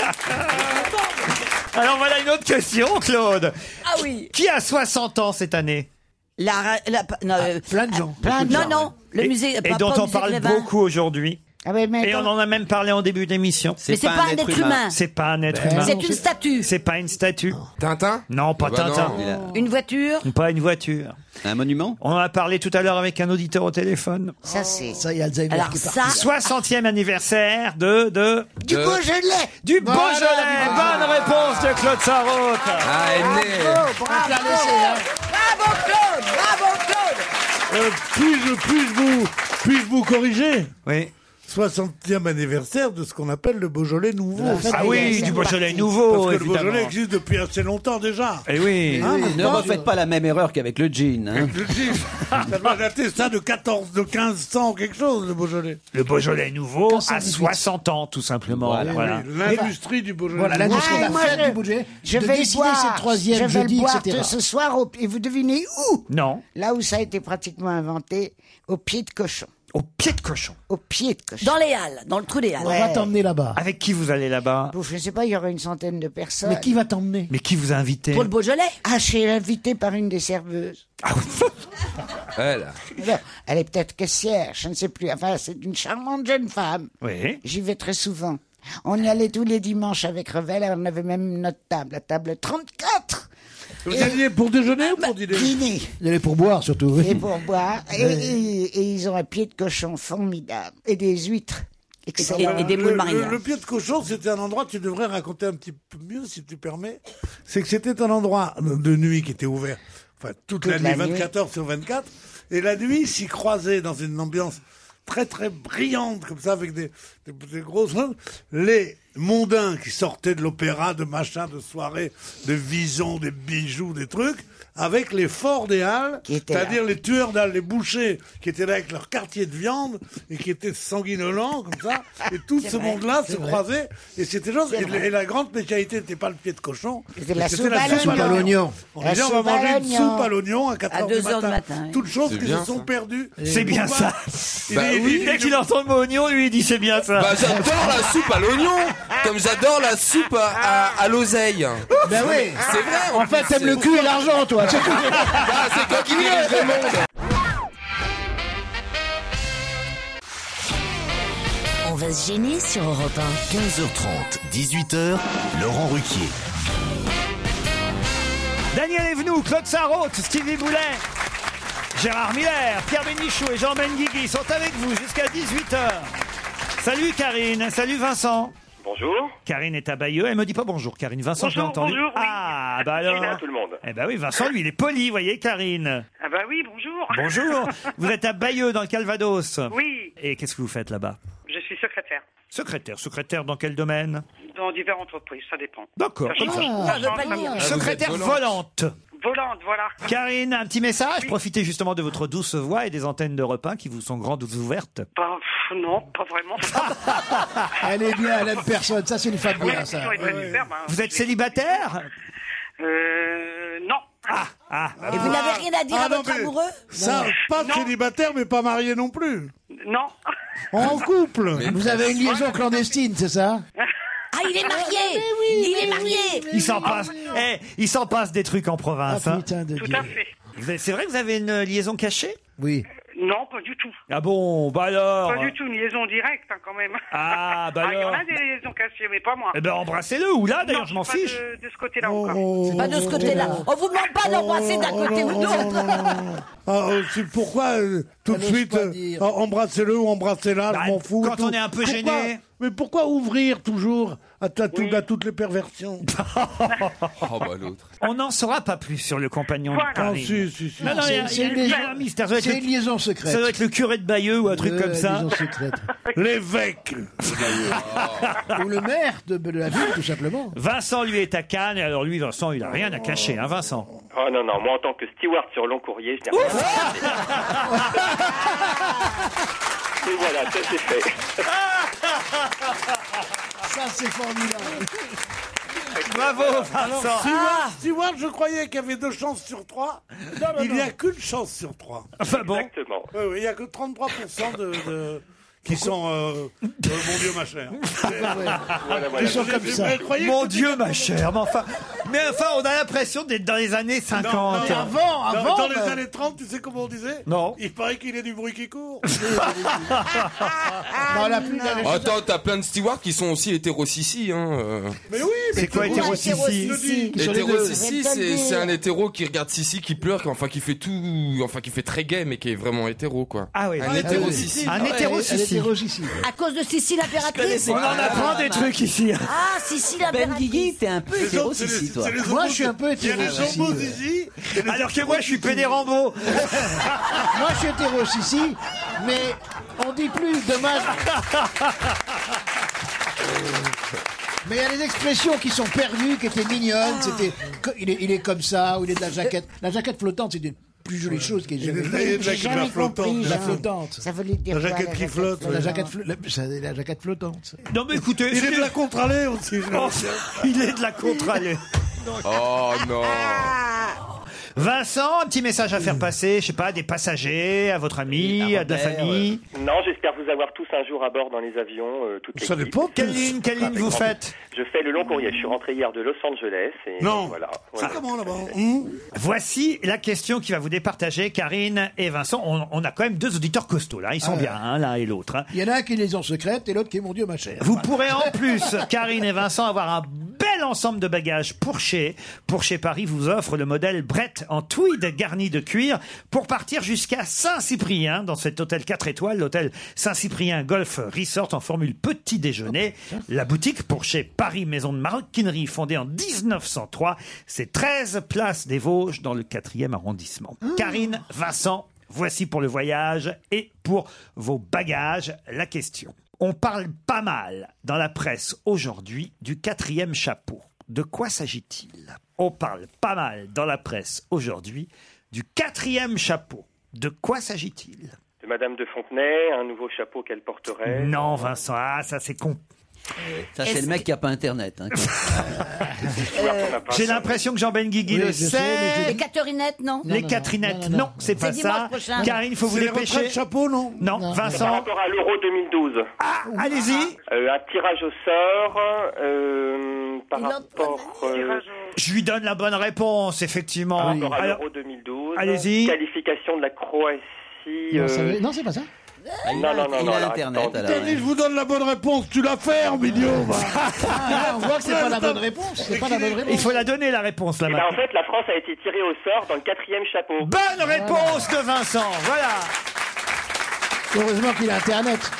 Alors voilà une autre question, Claude. Ah oui. Qui a 60 ans cette année La, ra- la, pa- non, euh, plein de gens. plein de gens, Non, non. Le Et- musée. Et pas- dont pas au on musée parle Grévin. beaucoup aujourd'hui. mais Et on attends. en a même parlé en début d'émission. Mais c'est pas pas un un être être humain. humain. C'est pas un être Ben humain. non, C'est une statue. C'est pas une statue. Tintin Non, pas Ah bah Tintin. non, il a- Une voiture. Pas une voiture. Un monument On en a parlé tout à l'heure avec un auditeur au téléphone. Ça, c'est. Ça, il y a Alzheimer Alors qui part. ça- 60e anniversaire de... de... Du de- Beaujolais Du Beaujolais Voilà, du Beaujolais. Bonne réponse de Claude Sarraute Ah, elle est née. On te l'a laissé, hein. Bravo Claude Bravo Claude Euh, puis-je, puis-je vous, puis-je vous corriger Oui. 60e anniversaire de ce qu'on appelle le Beaujolais nouveau. Ah oui, du Beaujolais nouveau, Parce que évidemment. le Beaujolais existe depuis assez longtemps déjà. Eh oui. Hein, Oui, mais Ah, ne pas- refaites pas la même erreur qu'avec le jean. hein. Je dis, ça doit dater ça de 14, de 1500 quelque chose, le Beaujolais. Le Beaujolais nouveau a 60 ans, tout simplement. Voilà. Oui, L'industrie du Beaujolais. Voilà, nouveau. l'industrie de la moi, fête je- du budget. Je de vais le dessiner boire. cette troisième je vais jeudi, le boire etc. ce soir. au- Et vous devinez où Non. Là où ça a été pratiquement inventé, au pied de cochon. Au pied de cochon. Au pied de cochon. Dans les Halles, dans le trou des Halles. On va t'emmener là-bas. Avec qui vous allez là-bas Bon, je ne sais pas, il y aura une centaine de personnes. Mais qui va t'emmener Mais qui vous a invité Pour le Beaujolais. Ah, je suis invité par une des serveuses. Eh Elle. Alors, elle est peut-être caissière, je ne sais plus. Enfin, c'est une charmante jeune femme. Oui. J'y vais très souvent. On y allait tous les dimanches avec Revel, on avait même notre table, la table 34, Vous alliez pour déjeuner ou Bah, pour dîner dîner Il y avait pour boire surtout. oui. et pour boire. Et, et- et ils ont un pied de cochon formidable et des huîtres. excellentes. et des Le- moules le- marinières. hein. Le, pied de cochon, c'était un endroit, tu devrais raconter un petit peu mieux, si tu permets. C'est que c'était un endroit de nuit qui était ouvert. enfin toute, la, Toute la nuit, nuit. 24 heures sur 24. Et la nuit, s'y croisaient dans une ambiance très très brillante, comme ça, avec des, des- des grosses langues, les mondains qui sortaient de l'opéra, de machin, de soirée, de visons, des bijoux, des trucs, avec les forts des Halles, étaient là. c'est-à-dire les tueurs d'Halles, les bouchers, qui étaient là avec leur quartier de viande, et qui étaient sanguinolents, comme ça, et tout C'est ce vrai, monde-là c'est se vrai. croisait, et c'était genre, C'est et, vrai. et la grande spécialité n'était pas le pied de cochon, C'était la mais soupe à l'oignon. On La disait, on va soupe à manger une l'oignon. soupe à l'oignon à 4 À heures deux du heures du matin. matin, oui. Toutes choses C'est qui bien se sont ça. Bah perdues. C'est bien Pourquoi ça. Dès qu'il entend le mot oignon, lui, il dit c'est bien ça. Bah, j'adore la soupe à l'oignon, comme j'adore la soupe à, à- à l'oseille. Ben oui. C'est vrai. En fait, t'aimes le cul et l'argent, toi. C'est tout. Ah, c'est toi qui dirige le monde. On va se gêner sur Europe 1. 15h30, 18h, Laurent Ruquier. Daniel Evenou, Claude Sarraute, Stevie Boulet, Gérard Miller, Pierre Bénichou et Jean Benguigui sont avec vous jusqu'à 18h. Salut Karine, salut Vincent. Bonjour. Karine est à Bayeux, elle me dit pas bonjour Karine, Vincent je l'ai entendu. Ah bah alors. là, tout le monde. Eh bah oui, Vincent lui il est poli, voyez Karine. Ah bah oui, bonjour. Bonjour, vous êtes à Bayeux dans le Calvados. Oui. Et qu'est-ce que vous faites là-bas Je suis secrétaire Secrétaire, secrétaire dans quel domaine dans diverses entreprises, ça dépend. D'accord. Ça change. Ah, Ça change, je veux ça pas le change. dire. Secrétaire volante. Volante, voilà. Karine, un petit message Profitez justement de votre douce voix et des antennes de repas qui vous sont grandes ouvertes. Pas- pff, non, pas vraiment. Elle est bien, elle aime personne. Ça, c'est une femme Oui, bien, la ça. question est très superbe, hein. Vous êtes célibataire Euh, non. Ah, Et vous n'avez rien à dire à votre amoureux Ah, Ça, Non. pas célibataire, mais pas marié non plus. Ah, Non. En couple. Ah, Vous avez une liaison clandestine, c'est ça Ah, il est marié Il est marié Il s'en passe, eh, il s'en passe des trucs en province. hein. Ah, Tout à fait. Vous avez- C'est vrai que vous avez une liaison cachée Oui. Non, pas du tout. Ah bon, bah alors. Pas du tout, une liaison directe hein, quand même. Ah, bah il y en alors. a des liaisons cachées, mais pas moi. Eh ben embrassez-le ou là d'ailleurs, Non, je m'en pas fiche. Oh. De, de ce côté-là encore. Pas de ce côté-là. On vous demande pas d'embrasser d'un côté ou de l'autre. Ah, euh, c'est pourquoi euh, tout de suite euh, ah, embrassez-le ou embrassez-la, je m'en fous. Bah, quand tout. on est un peu Pourquoi- gêné. Mais pourquoi ouvrir toujours à, ta- à toutes les perversions Oh bah l'autre. On n'en saura pas plus sur le compagnon Voilà. de Paris. Ah, si, si, si. Non, non, il y a- C'est- il y a c'est une une liaison liaison- mystère. Ça doit être c'est le- une liaison secrète. Ça doit être le curé de Bayeux ou un truc Euh, comme ça. liaison secrète. L'évêque. Ou le maire de, de la ville, tout simplement. Vincent, lui, est à Cannes. Et alors, lui, Vincent, il a rien à cacher, hein, Vincent. Oh non, non, moi en tant que steward sur long courrier, je n'ai rien à dire. Et voilà, ça c'est fait. Ça, c'est formidable. Bravo, Vincent. Stewart, Ah. Stewart, je croyais qu'il y avait deux chances sur trois. il n'y a qu'une chance sur trois. Enfin Ah bah bon. Exactement. Oui, oui, il n'y a que 33% de, de- qui sont. euh, euh, mon Dieu, ma chère. Ah, Voilà, voilà. Ils sont comme ça. Mon Dieu, ma chère. Mais enfin, mais enfin, on a l'impression d'être dans les années 50. Dans- Dans, les années 30, tu sais comment on disait Non. Il paraît qu'il y a du bruit qui court. Ah, Non, la plus- la- la- Ah, Attends, t'as plein de stewards qui sont aussi hétérosissi. Hein. euh. mais oui, mais C'est quoi, t'es- hétéro sissi Je dis. Qui sont les Hétéro deux. sissi, Je vais te le c'est dire. c'est un hétéro qui regarde Sissi, qui pleure, qui, enfin qui fait tout, enfin qui fait très gay, mais qui est vraiment hétéro quoi. Ah oui. un Ah, hétéro oui. sissi. Un hétéro sissi. À cause de Cécile l'impératrice On en apprend des trucs ici. Ah, Cécile l'impératrice. t'es un peu hétéro sissi, toi. Moi, je suis un peu hétéro. euh. sissi. ici. Alors que moi, je suis pédérambo. Moi, je suis hétéro ici, mais on dit plus, dommage. Mais il y a des expressions qui sont perdues, qui étaient mignonnes. C'était, co- il est, il est comme ça, ou il est de la jaquette. La jaquette flottante, c'est une plus jolie chose qui est Il est de la- il est de la- la flottante. La Jean. flottante. Ça voulait dire La quoi, jaquette qui flotte. La jaquette, flo- la, ça, la jaquette flottante. Non, mais écoutez. Il est de la contre-allée aussi. je Oh, sais. il est de la contre-allée. Oh non. Vincent, un petit message à faire passer, je sais pas, à des passagers, à votre ami, à de la famille. Non, j'espère vous avoir tous un jour à bord dans les avions. euh, toute Ça l'équipe. dépend. Quelle ligne, quelle ligne vous faites Je fais le long courrier. Je suis rentré hier de Los Angeles. Et Non. Voilà. C'est voilà. Ah, comment là-bas hein? Voici la question qui va vous départager, Karine et Vincent. On, on a quand même deux auditeurs costauds, là. Ils sont Ah ouais. bien, hein, l'un et l'autre. hein. Il y en a un qui les ont secrètes et l'autre qui est mon Dieu, ma chère. Vous pourrez en plus, Karine et Vincent, avoir un bel bel ensemble de bagages Pourchez. Pourchez Paris vous offre le modèle Brett en tweed garni de cuir pour partir jusqu'à Saint-Cyprien dans cet hôtel 4 étoiles, l'hôtel Saint-Cyprien Golf Resort en formule petit déjeuner. La boutique Pourchez Paris, maison de maroquinerie fondée en 1903, c'est 13 places des Vosges dans le 4e arrondissement. Karine Vincent, voici pour le voyage et pour vos bagages la question. On parle pas mal dans la presse aujourd'hui du quatrième chapeau. De quoi s'agit-il On parle pas mal dans la presse aujourd'hui du quatrième chapeau. De quoi s'agit-il De Madame de Fontenay, un nouveau chapeau qu'elle porterait. Non, Vincent, ah, ça c'est con. Ça, c'est le mec qui a pas Internet. hein. J'ai l'impression que Jean-Benguigui le sait. Les Catherinettes, non les Catherinettes, non, c'est pas C'est dimanche ça. prochain. Karine, il faut vous C'est les dépêcher. retraites chapeau, non Non, Par Vincent. Ah, rapport à l'Euro 2012. allez-y. Euh, un tirage au sort. euh, par rapport. euh, Je lui donne la bonne réponse, effectivement. Ah par rapport à Ah Alors, l'Euro 2012. allez-y. Qualification de la Croatie. Non, ça euh, veut- non, c'est pas ça. Non, non, non, non, alors, attends. T'as dit, je vous donne la bonne réponse, tu la fermes, idiot va. Ah, on voit que c'est pas la bonne réponse. C'est pas la bonne réponse. Il faut la donner, la réponse, là, Eh ben, maintenant. en fait, la France a été tirée au sort dans le quatrième chapeau. Bonne réponse de Vincent, voilà. Heureusement qu'il a Internet.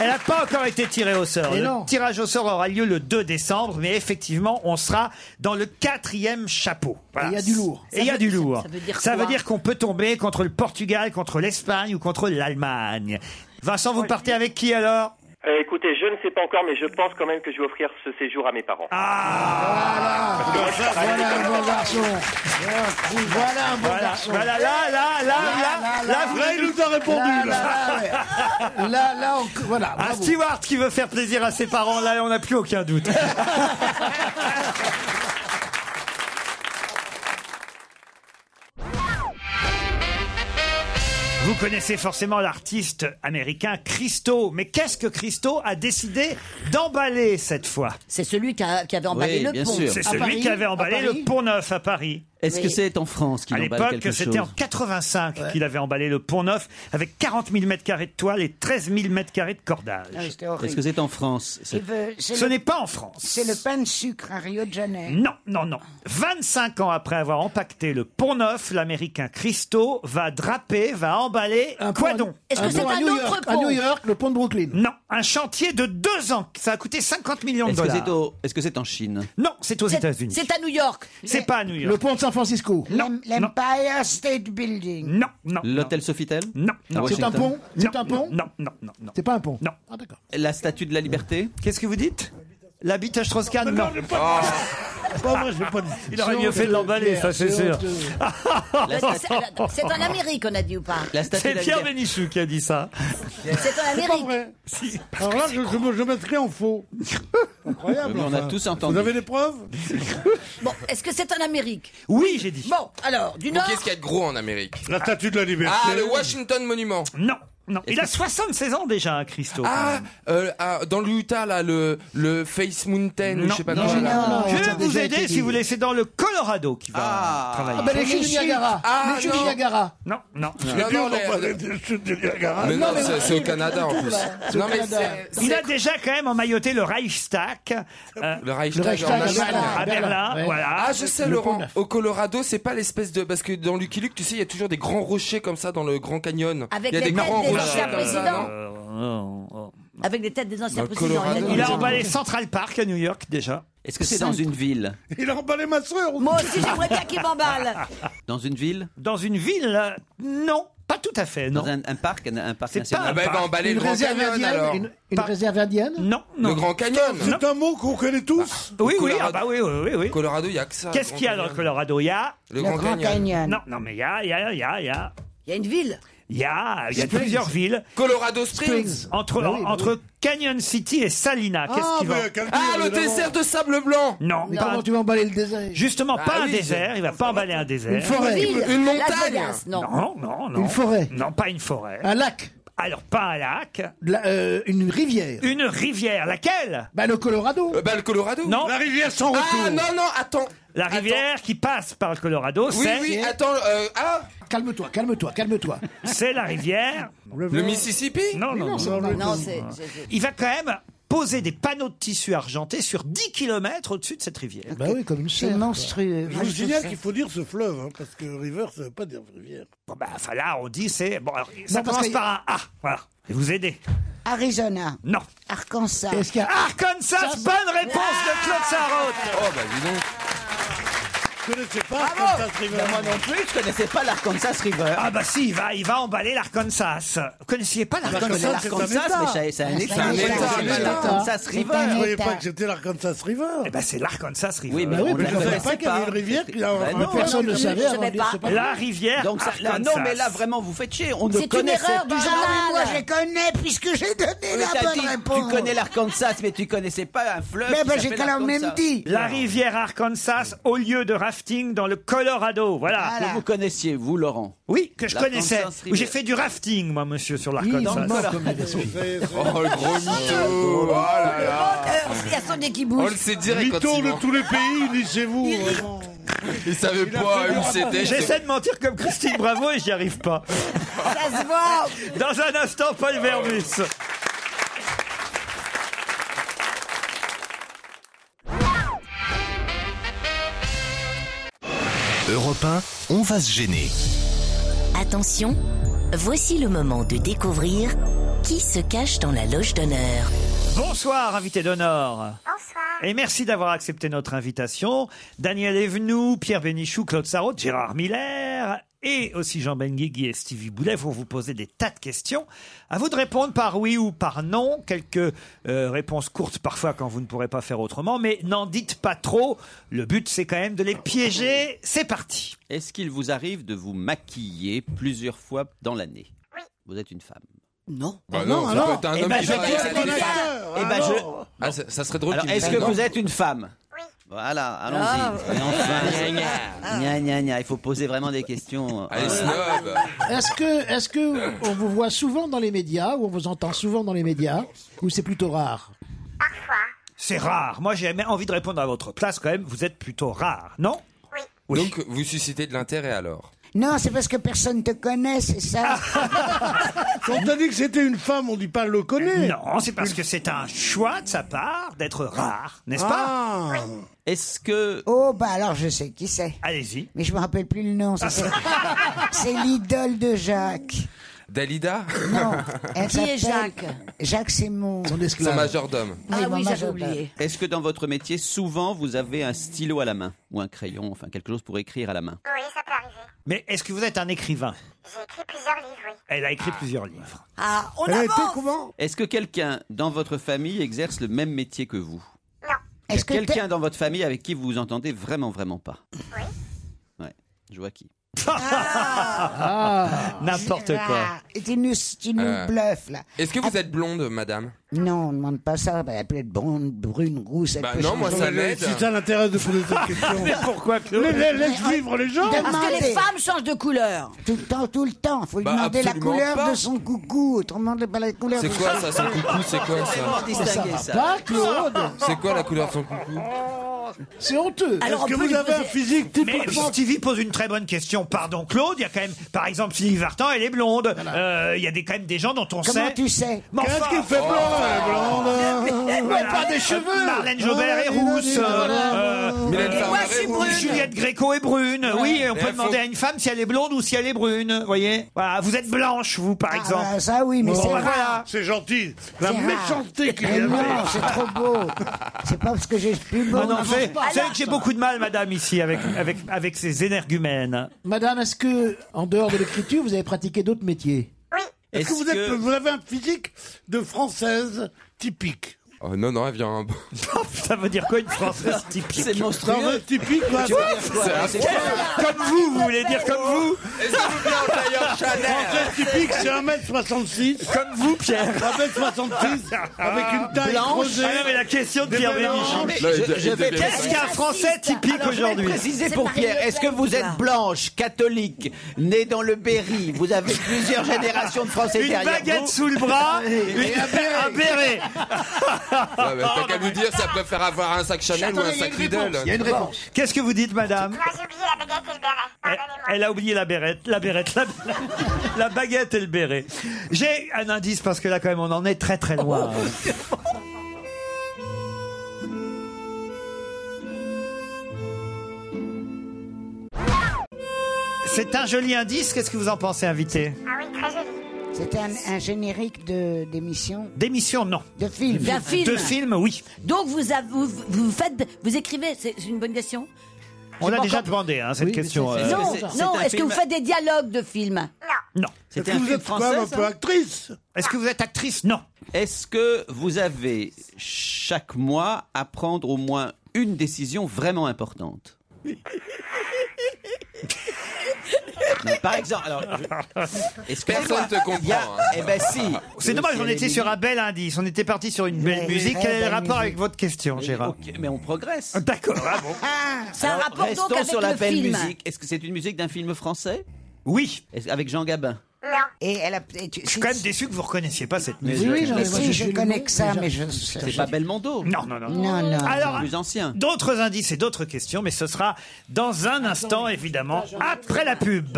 Elle n'a pas encore été tirée au sort. Mais le non. tirage au sort aura lieu le 2 décembre, mais effectivement, on sera dans le quatrième chapeau. Voilà. Et il y a du lourd. Et il y Ça a veut- du ça- lourd. ça veut dire Ça veut quoi dire qu'on peut tomber contre le Portugal, contre l'Espagne ou contre l'Allemagne. Vincent, vous partez avec qui alors Euh, écoutez, je ne sais pas encore, mais je pense quand même que je vais offrir ce séjour à mes parents. Ah Parce que moi, je travaille Voilà un comme bon garçon. Voilà un bon Voilà, garçon. voilà, là, là, là, là, la vraie, il nous a répondu, Là, là. là, ouais. là, là, on- voilà. Un bravo. steward qui veut faire plaisir à ses parents, là, on n'a plus aucun doute. Vous connaissez forcément l'artiste américain Christo, mais qu'est-ce que Christo a décidé d'emballer cette fois C'est celui qui, a- qui avait emballé Oui, le bien pont. sûr. C'est À celui Paris, qui avait à emballé Paris. le Pont Neuf à Paris. Est-ce que c'est en France qu'il À emballe l'époque, quelque c'était en chose 85 qu'il avait emballé le Pont Neuf avec 40 000 mètres carrés de toile et 13 000 mètres carrés de cordage. Ah oui, c'était horrible. Est-ce que c'est en France Il veut- c'est Ce le- n'est pas en France. C'est le pain de sucre à Rio de Janeiro. Non, non, non. 25 ans après avoir empaqueté le Pont Neuf, l'américain Christo va draper, va emballer quoi donc Est-ce que Un c'est pont à un New autre York, à pont New York, le pont de Brooklyn Non, un chantier de deux ans. Ça a coûté 50 millions de Est-ce que c'est dollars. au- est-ce que c'est en Chine Non, c'est aux États-Unis. C'est à New York. C'est pas à New York. Le pont de San Francisco. Non, L'Empire State Building. Non, non. L'hôtel Sofitel Non. C'est un pont C'est un pont Non, non, non. C'est pas un pont Non. La statue de la liberté Qu'est-ce que vous dites La bite à Strauss-Kahn Non. Ah. Il aurait mieux fait de l'emballer, ça c'est sûr. Ah. C'est c'est en Amérique, on a dit ou pas C'est Pierre Bénichou qui a dit ça. C'est en pas Amérique. vrai. Alors là, je, je me- je m'inscris en faux. Incroyable. Mais on a enfin. tous entendu. Vous avez des preuves Bon, est-ce que c'est en Amérique Oui, j'ai dit. Bon, alors, du Ou Nord. Qu'est-ce qu'il y a de gros en Amérique La statue de la liberté. Ah, le Washington Monument. Non, non. Il a 76 ans déjà, hein, Christo. Ah, euh, ah, dans l'Utah, là, le, le Face Mountain, ou je sais pas quoi. là. je vais vous aider si vous laissez dans le Colorado qui va travailler. Ah, ben les chutes du Niagara. Ah, les chutes du non. Niagara. Non, non. Non, non, les- Mais non, c'est- c'est au Canada, en plus. Non, mais c'est- Il a déjà quand même emmailloté le Reichstag. euh, Le Reichstag, le en Allemagne. à Berlin. Voilà. Ah, je sais, Le Laurent. pont- Au Colorado, c'est pas l'espèce de. Parce que dans Lucky Luke, tu sais, il y a toujours des grands rochers comme ça dans le Grand Canyon. Avec il y a les des têtes grands des rochers anciens comme ça, présidents. non Avec les têtes des anciens Dans le présidents. Colorado. Il a emballé Central Park à New York déjà. Est-ce que c'est dans une ville Il a emballé ma soeur. Moi aussi, j'aimerais bien qu'il m'emballe. Dans une ville Dans une ville euh, Non, pas tout à fait. Non. Dans un, un parc un, un parc C'est national pas un Ah bah, il va parc. emballer Une réserve indienne Une, une réserve indienne Non, non. C'est un mot qu'on connaît tous. Oui, oui, ah bah oui, oui, oui, oui. Colorado, il y a que ça. Qu'est-ce qu'il y a dans le Colorado Il y a Le Grand Grand Canyon. Canyon. Non, non, mais il y a, il y a, il y a, il y a. Il y a une ville. Il y a, il y a Springs. plusieurs villes. Colorado Springs. Entre, Bah oui, bah entre Canyon City et Salina. Ah, Qu'est-ce qui bah, mais va calcul, Ah, le évidemment. désert de Bah sable blanc. Non, Mais pas- comment tu vas emballer le désert justement, Ah pas un oui, désert. Il va pas emballer un désert. Une forêt. Une ville. Une montagne. Las Vegas, non. non. non, non, Une forêt. Non, pas une forêt. Un lac. Alors, pas un lac. La- euh, une rivière. Une rivière. Laquelle Bah, le Colorado. Bah, le Colorado. Non. La rivière sans retour. Ah, non, non, attends. La rivière qui passe par le Colorado, Oui, c'est oui, attends. euh, ah, Calme-toi, calme-toi, calme-toi. c'est la rivière. le Mississippi Non, non, non. non, non, Non, c'est. c'est- Il va quand même poser des panneaux de tissu argenté sur 10 km au-dessus de cette rivière. Bah oui, comme une C'est serre, monstrueux. Je vous signale qu'il faut dire ce fleuve, hein, parce que river, ça veut pas dire rivière. Bon, bah, enfin, là, on dit c'est. Bon, alors, ça Non, parce commence que- par un A. Voilà. Je vais vous aider. Arizona. Non. Arkansas. Ah Est-ce qu'il y a- Arkansas, bonne réponse de Claude Sarraute. Oh, bah dis donc. Je connaissais pas Bravo. Arkansas River. Bah, moi non plus, je connaissais pas l'Arkansas River. Ah bah si, il va, il va emballer l'Arkansas. Vous connaissiez pas Bah, je l'Arkansas connais l'Arkansas, mais c'est un C'est état. un état, C'est un état. l'Arkansas C'est River. un Je croyais pas état. que c'était l'Arkansas River. Eh ben c'est l'Arkansas River. Oui, mais Bah oui, on mais la je savais connaissait pas qu'il y avait une rivière qui a- Bah non, Personne non, ne je- savait je avant savais de dire pas. c'est pas La rivière Donc ça- là, non, Arkansas. mais là vraiment, vous faites chier. On ne C'est une connaissait erreur pas. banale. Ah oui, moi, je connais puisque j'ai donné Mais la t'as bonne dit, réponse. Tu connais l'Arkansas, mais tu connaissais pas un fleuve. ben, qui s'appelle l'Arkansas. La rivière Arkansas au lieu de rafting dans le Colorado. Voilà. Que vous connaissiez, vous, Laurent Oui, que je L'Arkansas connaissais. River. J'ai fait du rafting, moi, monsieur, sur dans l'Arkansas. le Colorado. Oh, le gros mytho. Oh là là. Il y a son nez qui bouge. On le sait direct quand Mytho il ment. de tous les pays, ni chez vous. Il savait pas où c'était. J'essaie de mentir comme Christine Bravo et j'y arrive pas. Ça se voit. Dans un instant, Paul Verbus. Europe 1, on va se gêner. Attention, voici le moment de découvrir qui se cache dans la loge d'honneur. Bonsoir, invité d'honneur. Bonsoir. Et merci d'avoir accepté notre invitation. Daniel Evenou, Pierre Bénichou, Claude Sarraute, Gérard Miller et aussi Jean Benguigui et Stevie Boulet vont vous poser des tas de questions. À vous de répondre par oui ou par non. Quelques euh, réponses courtes parfois quand vous ne pourrez pas faire autrement, mais n'en dites pas trop. Le but, c'est quand même de les piéger. C'est parti. Est-ce qu'il vous arrive de vous maquiller plusieurs fois dans l'année Oui. Vous êtes une femme Non. Bah non, ça peut être un Eh homme ben, qui je va- dis, c'est une Ah, femme. Eh ben, alors. je- Ah, ça- ça serait drôle Alors, qu'il me est-ce dise que non. vous êtes une femme Oui. Voilà, Ah. allons-y. Et enfin, gna, gna, gna, il faut poser vraiment des questions. euh, Allez, snob. Est-ce que, est-ce que on vous voit souvent dans les médias, ou on vous entend souvent dans les médias, ou c'est plutôt rare C'est rare. Moi, j'ai envie de répondre à votre place quand même. Vous êtes plutôt rare, non Donc, vous suscitez de l'intérêt alors Non, c'est parce que personne te connaît, c'est ça. Ah. Quand t'as dit que c'était une femme, on dit pas le connaît. Euh, Non, c'est parce que c'est un choix de sa part d'être rare, n'est-ce Ah. pas Est-ce que... Oh, bah alors je sais qui c'est. Allez-y. Mais je me rappelle plus le nom. ça, c'est- C'est l'idole de Jacques. Dalida Non. Elle Qui est s'appelle- Jacques Jacques, c'est mon. Son Son majordome. Oui, Ah mon oui, j'avais majordome. oublié. Est-ce que dans votre métier, souvent, vous avez un stylo à la main ou un crayon, enfin quelque chose pour écrire à la main Oui, ça peut arriver. Mais est-ce que vous êtes un écrivain J'ai écrit plusieurs livres, oui. Elle a écrit plusieurs livres. Ah, on Elle a avance. été Est-ce que quelqu'un dans votre famille exerce le même métier que vous Non. Est-ce que quelqu'un dans votre famille avec qui vous vous entendez vraiment, vraiment pas Oui. Ouais, je vois qui. Ah. N'importe Ah, et tu nous, tu nous Euh, bluffes, là. Est-ce que vous êtes blonde, madame Non, on ne demande pas ça. Bah, elle peut être blonde, brune, rousse. Elle Bah peut non, moi, changer. ça l'aide. Si ça l'intéresse de poser cette question. Mais pourquoi, Claude Mais la- Laisse vivre les gens. Parce que les femmes changent de couleur. Tout le temps, tout le temps. Faut lui Bah, demander la absolument couleur pas. de son coucou. Autrement, on pas la couleur C'est de quoi son- ça, son coucou C'est quoi ça distinguer ça. Pas Claude C'est quoi la couleur de son coucou C'est honteux Alors, on Est-ce que peut vous lui avez un poser- physique Mais typiquement Stevie pose une très bonne question. Pardon, Claude. Il y a quand même, par exemple, Sylvie Vartan, elle est blonde. Euh, il y a des, quand même des gens dont on Comment sait. tu sais Mais enfin, Qu'est-ce qu'il fait blanc, la blonde voilà. Pas des cheveux Marlène Oh, Jobert est rousse. euh, euh, Mylène Et moi, Farmer je suis est brune. rouge. Juliette Gréco est brune. Oui, et on Mais peut elles demander font- à une femme si elle est blonde ou si elle est brune. Voyez. Voilà. Vous êtes blanche, vous, par Ah, exemple. bah, ça, oui, mais Bon, c'est bah, rare. voilà. C'est gentil. La C'est rare. méchanceté qu'il y Mais non, avait. c'est trop beau. C'est pas parce que j'ai plus beau. Ah non, c'est- pas. vous savez que j'ai beaucoup de mal, madame, ici, avec, avec, avec ces énergumènes. Madame, est-ce que, en dehors de l'écriture, vous avez pratiqué d'autres métiers Est-ce que Est-ce vous, êtes, que- vous avez un physique de française typique Oh non, non, elle vient. Ça veut dire quoi, une française typique C'est Dans un monstrueux. typique, quoi. Tu veux dire quoi C'est C'est- Comme vous, vous voulez dire comme vous Est-ce que vous venez en tailleur Chanel Française typique, c'est 1m66. Comme vous, Pierre 1m66, avec une taille Blanche. creusée. Ah non, mais la question de Des Pierre mélanges. Bénichou. Mais Non, je- il- il je vais- devait Qu'est-ce pas. Qu'est-ce qu'un Français typique Alors, je vais aujourd'hui Précisez C'est pour Marie Pierre, Le est-ce que Pen, vous là. êtes blanche, catholique, née dans le Berry Vous avez plusieurs générations de Français Une derrière baguette vous. sous le bras, une- Et un béret. un béret. Ouais, mais T'as qu'à lui dire, ça préfère avoir un sac Chanel ou un sac Lidl. une réponse. Qu'est-ce que vous dites, madame Moi, j'ai oublié la baguette et le béret. Elle- Pardonnez-moi. Elle a oublié la bérette, la bérette, la, la Oh, baguette et le béret. J'ai un indice parce que là, quand même, on en est très très loin. C'est un joli indice. Qu'est-ce que vous en pensez, invité Ah oui, très joli. C'était un, un générique de d'émission. D'émission, non. De film. D'un film. De film, oui. Donc vous, avez- vous, vous faites, vous écrivez, c'est c'est une bonne question. On J'ai l'a pas déjà encore- demandé, hein, cette question. euh, non, c'est- c'est non. un Est-ce que film- vous faites des dialogues de films Non. C'était un film français. ça actrice Est-ce que vous êtes actrice Non. Est-ce que vous avez chaque mois à prendre au moins une décision vraiment importante Non, Par exemple, alors, je- excusez-moi, Personne te comprend, il y a- hein. Eh ben si. C'est dommage, on était sur un bel indice, on était parti sur une belle Ouais, musique. ouais, Quel est le belle rapport musique. avec votre question, Gérard Ok, mais on progresse. D'accord. Ah bon. C'est un Alors, rapport donc restons avec sur la le belle film. musique. Est-ce que c'est une musique d'un film français Oui. Avec Jean Gabin. Et elle a. et tu- Je suis quand même déçu que vous reconnaissiez pas cette Mais musique. oui, non, mais moi, je connais que ça, mais je. C'est pas Belmondo. Non, non, non. Non, non. Alors, plus ancien. d'autres indices et d'autres questions, mais ce sera dans un instant, évidemment, après la pub.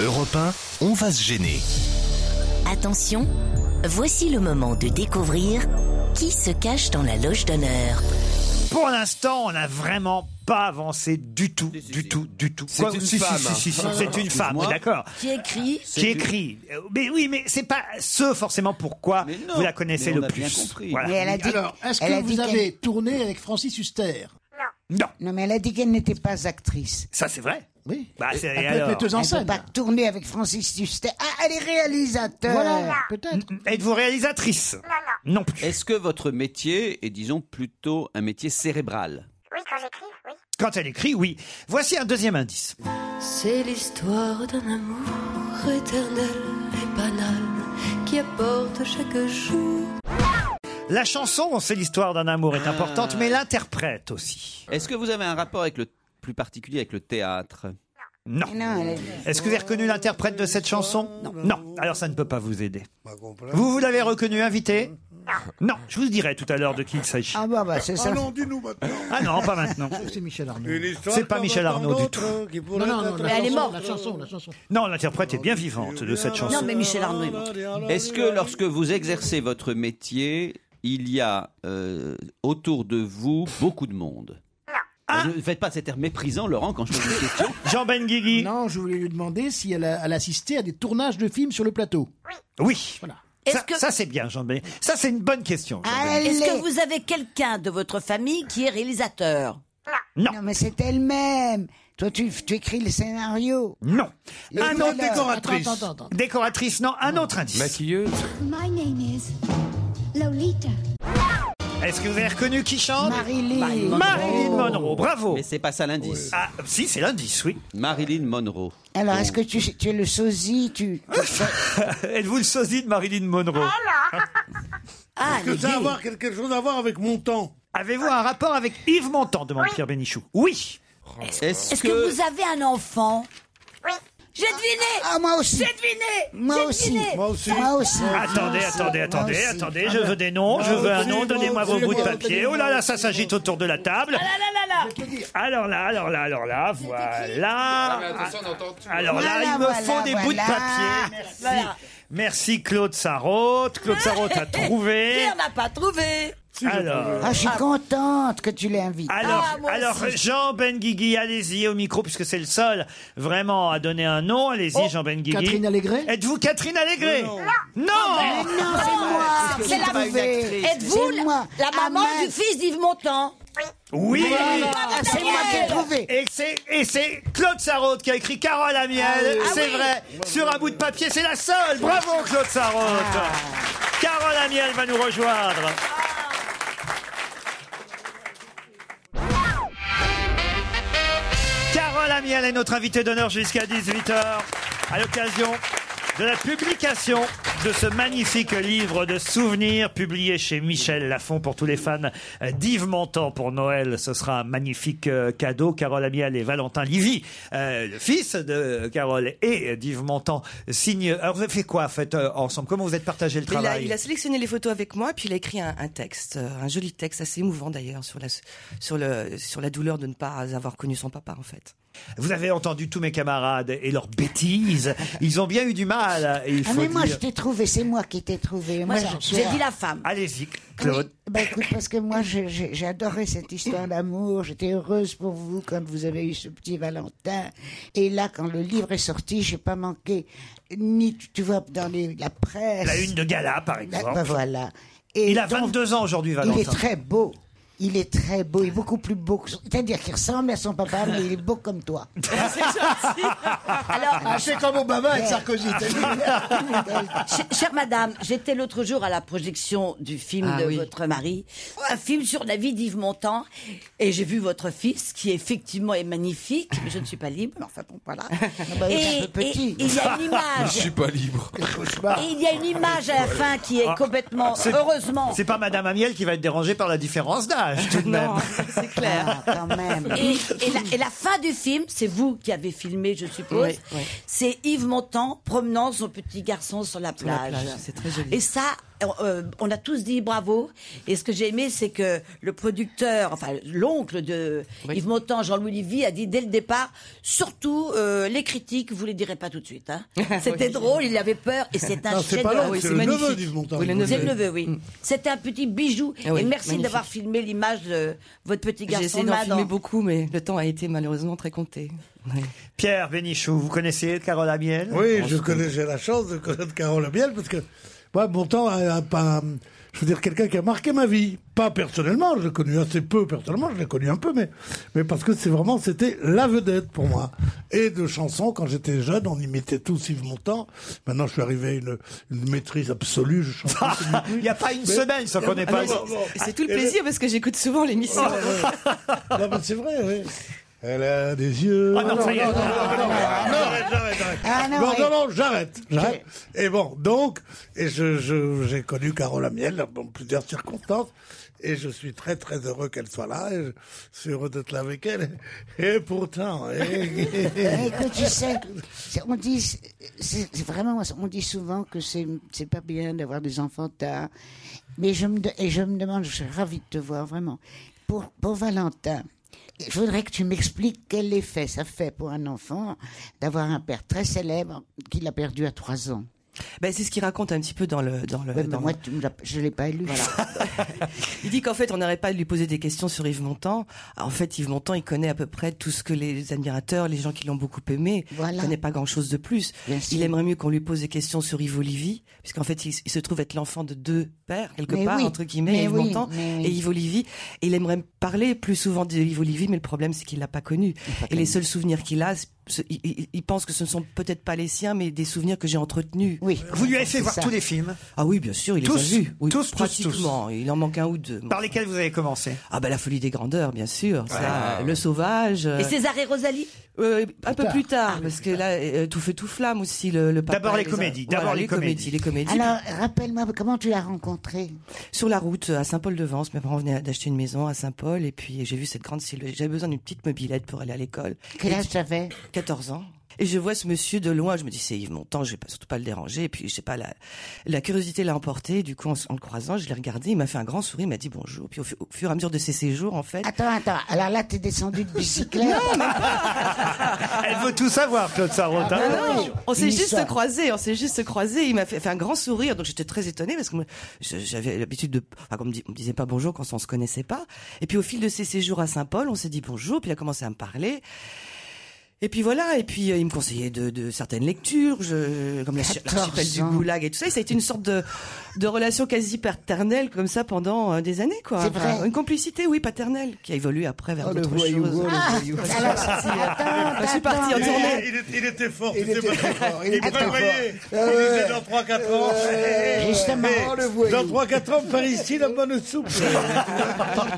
Europe 1, on va se gêner. Attention, voici le moment de découvrir qui se cache dans la loge d'honneur. Pour l'instant, on n'a vraiment pas avancé du tout, du tout, du tout. C'est Quoi, une si, si, femme. si, si, si, Ah, c'est une femme, excuse-moi. oui, d'accord. qui écrit Qui écrit. Euh, Mais oui, mais c'est pas ce forcément pourquoi non, vous la connaissez mais on le a bien plus. compris. Voilà. Mais elle a dit. Alors, est-ce elle a que dit vous qu'elle- avez tourné avec Francis Huster Non, mais elle a dit qu'elle n'était pas actrice. Ça, c'est vrai. Oui. Bah, c'est- Elle peut alors- être metteuse en Elle peut scène. pas tourner avec Francis Huster. Ah, elle est réalisateur. Voilà, peut-être. Êtes-vous réalisatrice Non plus. Est-ce que votre métier est, disons, plutôt un métier cérébral Oui, quand j'écris, oui. Quand elle écrit, oui. Voici un deuxième indice. C'est l'histoire d'un amour éternel et banal qui apporte chaque jour. La chanson, c'est l'histoire d'un amour, est importante, mais l'interprète aussi. Est-ce que vous avez un rapport avec le plus particulier avec le théâtre Ah Non. Est-ce que vous avez reconnu l'interprète de cette chanson non. Alors ça ne peut pas vous aider. Vous, vous l'avez reconnu, invité Non. Je vous dirai tout à l'heure de qui il s'agit. Ah bah bah c'est ça. Allons, dis-nous maintenant. Ah non, pas maintenant. C'est Michel Arnaud. Une histoire C'est pas comme Michel tant Arnaud du d'autres, tout. qui pourrait Non, non, non, être- la Mais elle est chanson, morte. La chanson, la chanson. Non, l'interprète est bien vivante de cette chanson. Non, mais Michel Arnaud est mort. Est-ce que lorsque vous exercez votre métier, il y a euh, autour de vous beaucoup de monde Ah. Ne faites pas cet air méprisant, Laurent, quand je pose une question. Jean Ben Guigui. Non, je voulais lui demander si elle, a- elle assistait à des tournages de films sur le plateau. Oui. Voilà. Ça, Est-ce que, ça, c'est bien, Jean Ben. Ça c'est une bonne question. Jean Ben. Ah, elle est-ce que est- vous avez quelqu'un de votre famille qui est réalisateur Non. Non, mais c'est elle-même. Toi, tu, tu écris le scénario. Non. Un couleurs. autre décoratrice. Attends, attends, attends. Décoratrice, non. Un autre indice. Maquilleuse My name is Lolita. Est-ce que vous avez reconnu qui chante Marilyn. Marilyn Monroe. Bravo. Mais c'est pas ça l'indice. Ah, si, c'est l'indice, oui. Marilyn Monroe. Alors, est-ce que tu, tu es le sosie tu, Êtes-vous le sosie de Marilyn Monroe Ah, Que les ça a à gays. voir quelque chose à voir avec mon temps. Avez-vous un rapport avec Yves Montand demande Pierre Bénichou. Oui. Est-ce Est-ce que vous avez un enfant Oui. J'ai deviné Ah, moi aussi. J'ai deviné Moi J'ai aussi. deviné Moi aussi. Moi aussi. Ah, bah. Attendez, attendez, attendez, aussi. attendez, je veux des noms, je veux un nom, donnez-moi vos bouts de papier. Oh là là, ça s'agite autour de la table. Ah là là là Alors là, alors là, alors là, mais voilà. attention, on entend tout. Alors là, Voilà, il me voilà, faut des bouts de voilà. Ah. papier. Merci. Merci Claude Sarraute. Claude Sarraute a trouvé. Pierre n'a pas trouvé Alors. Ah, je suis contente que tu l'aies invité. Alors, Ah, moi alors aussi. Jean Benguigui, allez-y au micro, puisque c'est le seul vraiment à donner un nom. Allez-y, Oh, Jean Benguigui. Catherine Allegret Êtes-vous Catherine Allégret Non, Mais non, c'est moi. qui Ah, ben c'est l'ai la- trouvé. Êtes-vous C'est la, moi. la maman Ah, du fils d'Yves Montand Oui Ah, c'est moi qui l'ai trouvé. Et c'est, et c'est Claude Sarraute qui a écrit Carole à miel, Ah c'est oui. vrai, sur un bout de papier, c'est la seule. Bravo Claude Sarraute. Ah. Carole à miel va nous rejoindre. Carole Amiel est notre invitée d'honneur jusqu'à 18h à l'occasion de la publication de ce magnifique livre de souvenirs publié chez Michel Lafon pour tous les fans d'Yves Montand pour Noël. Ce sera un magnifique euh, cadeau. Carole Amiel et Valentin Livy, euh, le fils de Carole et d'Yves Montand, signent. Alors vous avez fait quoi en fait euh, ensemble Comment vous êtes partagé le Mais il, a, travail il a sélectionné les photos avec moi, puis il a écrit un, un texte, euh, un joli texte assez émouvant d'ailleurs, sur la, sur, le, sur la douleur de ne pas avoir connu son papa en fait. Vous avez entendu tous mes camarades et leurs bêtises. Ils ont bien eu du mal. il Ah faut mais moi dire. je t'ai trouvé, c'est moi qui t'ai trouvé. Moi, j'en suis j'ai là. dit la femme. ah, Allez-y, Claude. Bah écoute, parce que moi je- je- j'ai adoré cette histoire d'amour, j'étais heureuse pour vous quand vous avez eu ce petit Valentin. Et là, quand le livre est sorti, j'ai pas manqué ni, tu tu vois, dans les- la presse. La une de gala, par exemple. Bah, voilà. il a donc, 22 ans aujourd'hui, Valentin. Il est très beau. Il est très beau, il est beaucoup plus beau que son... C'est-à-dire qu'il ressemble à son papa, mais il est beau comme toi. Alors, Ah, c'est comme Obama avec Sarkozy. Ch- Chère madame, j'étais l'autre jour à la projection du film Ah de oui. votre mari, un film sur la vie d'Yves Montand, et j'ai vu votre fils qui effectivement est magnifique, mais je ne suis pas libre, mais enfin bon voilà. bah, il est et, un peu et- petit. et il y a une Ah. Je suis image, pas libre. et il y a une image à la fin qui est Ah, complètement, c'est- heureusement, C'est pas Madame Amiel qui va être dérangée par la différence d'âge, tout de même. c'est clair. Ah, Et, et la, et la fin du film, c'est vous qui avez filmé, je suppose. Oui, oui. C'est Yves Montand promenant son petit garçon sur la Sur la plage. plage, c'est très joli. Et ça, euh, on a tous dit bravo. Et ce que j'ai aimé, c'est que le producteur, enfin l'oncle de Yves Montand, Jean-Louis Livy, a dit dès le départ, surtout euh, les critiques, vous les direz pas tout de suite. hein. C'était Oui. drôle, il avait peur, et c'est un Non, c'est pas chef-d'œuvre. l'oncle, Oui, c'est c'est le magnifique. neveu d'Yves Montand. Oui, le Oui, neveu. oui. oui. C'était un petit bijou. Mm. Ah oui, et merci magnifique. d'avoir filmé l'image de votre petit J'ai garçon. essayé d'en Madan. filmer beaucoup, mais le temps a été malheureusement très compté. Pierre Bénichou, vous connaissez Carole Amiel Oui, je connais, j'ai la chance de connaître Carole Amiel parce que moi, mon temps, a- a pas- je veux dire, quelqu'un qui a marqué ma vie. Pas personnellement, je l'ai connu assez peu personnellement, je l'ai connu un peu, mais, mais parce que c'est vraiment, c'était la vedette pour moi. Et de chansons, quand j'étais jeune, on imitait tous Yves Montand. Maintenant, je suis arrivé à une, une maîtrise absolue, je chante. tous Yves Montand. Il n'y a pas une semaine sans qu'on n'ait Ah, pas. mais c'est- C'est tout le Ah, plaisir parce que j'écoute souvent l'émission. Non, mais c'est vrai, oui. Elle a des yeux. Ah non, ça y est. non, non, non, j'arrête, j'arrête, j'arrête. Ah non, non, ouais. non, non, j'arrête, j'arrête. Et bon, donc, et je, je- j'ai connu Carole Amiel dans plusieurs circonstances, et je suis très, très heureux qu'elle soit là, et je suis heureux d'être là avec elle. Et pourtant, et- Eh, Écoute, tu sais, c'est- on dit, c'est c'est vraiment, on dit souvent que c'est c'est pas bien d'avoir des enfants tard. Mais je me, de- et je me demande, je suis ravie de te voir vraiment. Pour, pour Valentin, je voudrais que tu m'expliques quel effet ça fait pour un enfant d'avoir un père très célèbre qu'il a perdu à 3 ans. Ben, c'est ce qu'il raconte un petit peu dans le. Dans le Ouais, mais dans- moi, tu me l'as- je ne l'ai pas lu. Il dit qu'en fait, on n'arrête pas de lui poser des questions sur Yves Montand. Alors, en fait, Yves Montand, il connaît à peu près tout ce que les admirateurs, les gens qui l'ont beaucoup aimé, il connaît pas grand-chose de plus. Il aimerait mieux qu'on lui pose des questions sur Yves Olivier, puisqu'en fait, il, il se trouve être l'enfant de deux pères, quelque Mais part, oui, entre guillemets, mais Yves oui, Montand mais oui. et Yves Olivier. Et il aimerait parler plus souvent de Yves Olivier, mais le problème, c'est qu'il l'a pas connu. Et les seuls souvenirs qu'il a, c'est- ce- il, il- il pense que ce ne sont peut-être pas les siens, mais des souvenirs que j'ai entretenus. Oui. Vous lui avez fait voir tous les films Ah oui, bien sûr, il Tous, les a vus. Oui, tous, tous, pratiquement. Il en manque un ou deux. Par lesquels vous avez commencé Ah bah la folie des grandeurs, bien sûr. Ça, Ouais. Le sauvage. euh, Et César et Rosalie euh, un peu plus tard, parce que là, euh, tout feu tout flamme aussi le, le papa D'abord et les a- comédies, voilà, d'abord les comédies. les comédies. Alors, rappelle-moi, comment tu l'as rencontré Sur la route à Saint-Paul-de-Vence, mes parents venaient d'acheter une maison à Saint-Paul et puis j'ai vu cette grande silhouette. J'avais besoin d'une petite mobilette pour aller à l'école. Quel Et- âge t'avais 14 ans. Et je vois ce monsieur de loin, je me dis c'est Yves Montand, je vais pas, surtout pas le déranger. Et puis je sais pas la, la curiosité l'a emporté. Du coup en, en le croisant, je l'ai regardé, il m'a fait un grand sourire, il m'a dit bonjour. Puis au, fu- au fur et à mesure de ses séjours en fait, Attends, attends, alors là, t'es descendu de bicyclette. Elle veut tout savoir, Claude Sarraute. hein. Ah non, on s'est bah Une juste histoire. croisés, on s'est juste croisés. Il m'a fait, fait un grand sourire, donc j'étais très étonnée parce que moi, je- j'avais l'habitude de, enfin, qu'on me, dis- on me disait pas bonjour quand on se connaissait pas. Et puis au fil de ses séjours à Saint-Paul, on s'est dit bonjour, puis il a commencé à me parler. Et puis voilà, et puis euh, il me conseillait de, de certaines lectures, je, comme la- 14 l'archipel du ans. Goulag et tout ça. Et ça a été une sorte de, de relation quasi paternelle comme ça pendant euh, des années, quoi. C'est vrai. Enfin, Une complicité, oui, paternelle, qui a évolué après vers Oh, le d'autres voyou, choses. oh, le Ah, voyou. je suis partie, euh, je suis partie en Il- tournée. Il, est- il était fort, Il tu sais était pas très fort, il Il était très prévoyait. fort. Ah Il disait ouais. dans 3-4 ans. eh, eh, Euh, Justement, eh, on le voyait. Dans 3-4 ans, par ici, la bonne soupe.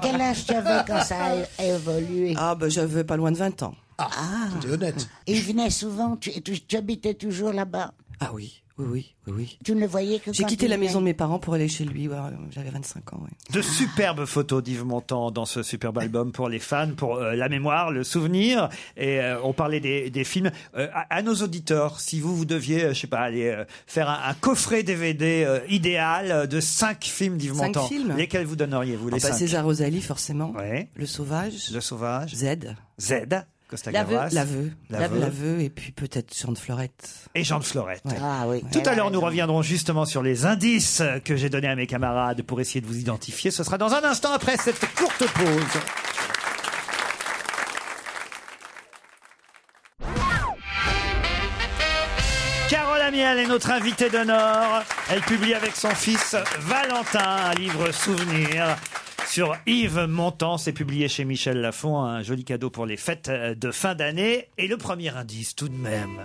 Quel âge tu avais quand ça a a évolué Ah, bah, j'avais pas loin de 20 ans. Ah, T'es honnête. et il venait souvent, tu, et tu, tu habitais toujours là-bas. Ah oui, oui, oui, oui, oui. Tu ne le voyais que J'ai quand quitté il la venait. maison de mes parents pour aller chez lui. ouais, euh, J'avais 25 ans. ouais. De superbes photos d'Yves Montand dans ce superbe album pour les fans, pour euh, la mémoire, le souvenir. Et euh, on parlait des, des films. Euh, à, à nos auditeurs, si vous, vous deviez, euh, je sais pas, aller euh, faire un, un coffret DVD euh, idéal euh, de cinq films d'Yves Cinq Montand, films lesquels vous donneriez-vous Ah les bah, cinq César Rosalie, forcément. Ouais. Le Sauvage. Le Sauvage. Z. Z. Costa L'aveu, Gavras. l'aveu, L'aveu. l'aveu, l'aveu, et puis peut-être Jean de Florette. Et Jean de Florette. Ouais. Ah oui. Tout à Elle a l'heure, nous raison. reviendrons justement sur les indices que j'ai donnés à mes camarades pour essayer de vous identifier. Ce sera dans un instant après cette courte pause. Carole Amiel est notre invitée d'honneur. Elle publie avec son fils Valentin un livre souvenir sur Yves Montand. C'est publié chez Michel Lafon, un joli cadeau pour les fêtes de fin d'année. Et le premier indice tout de même.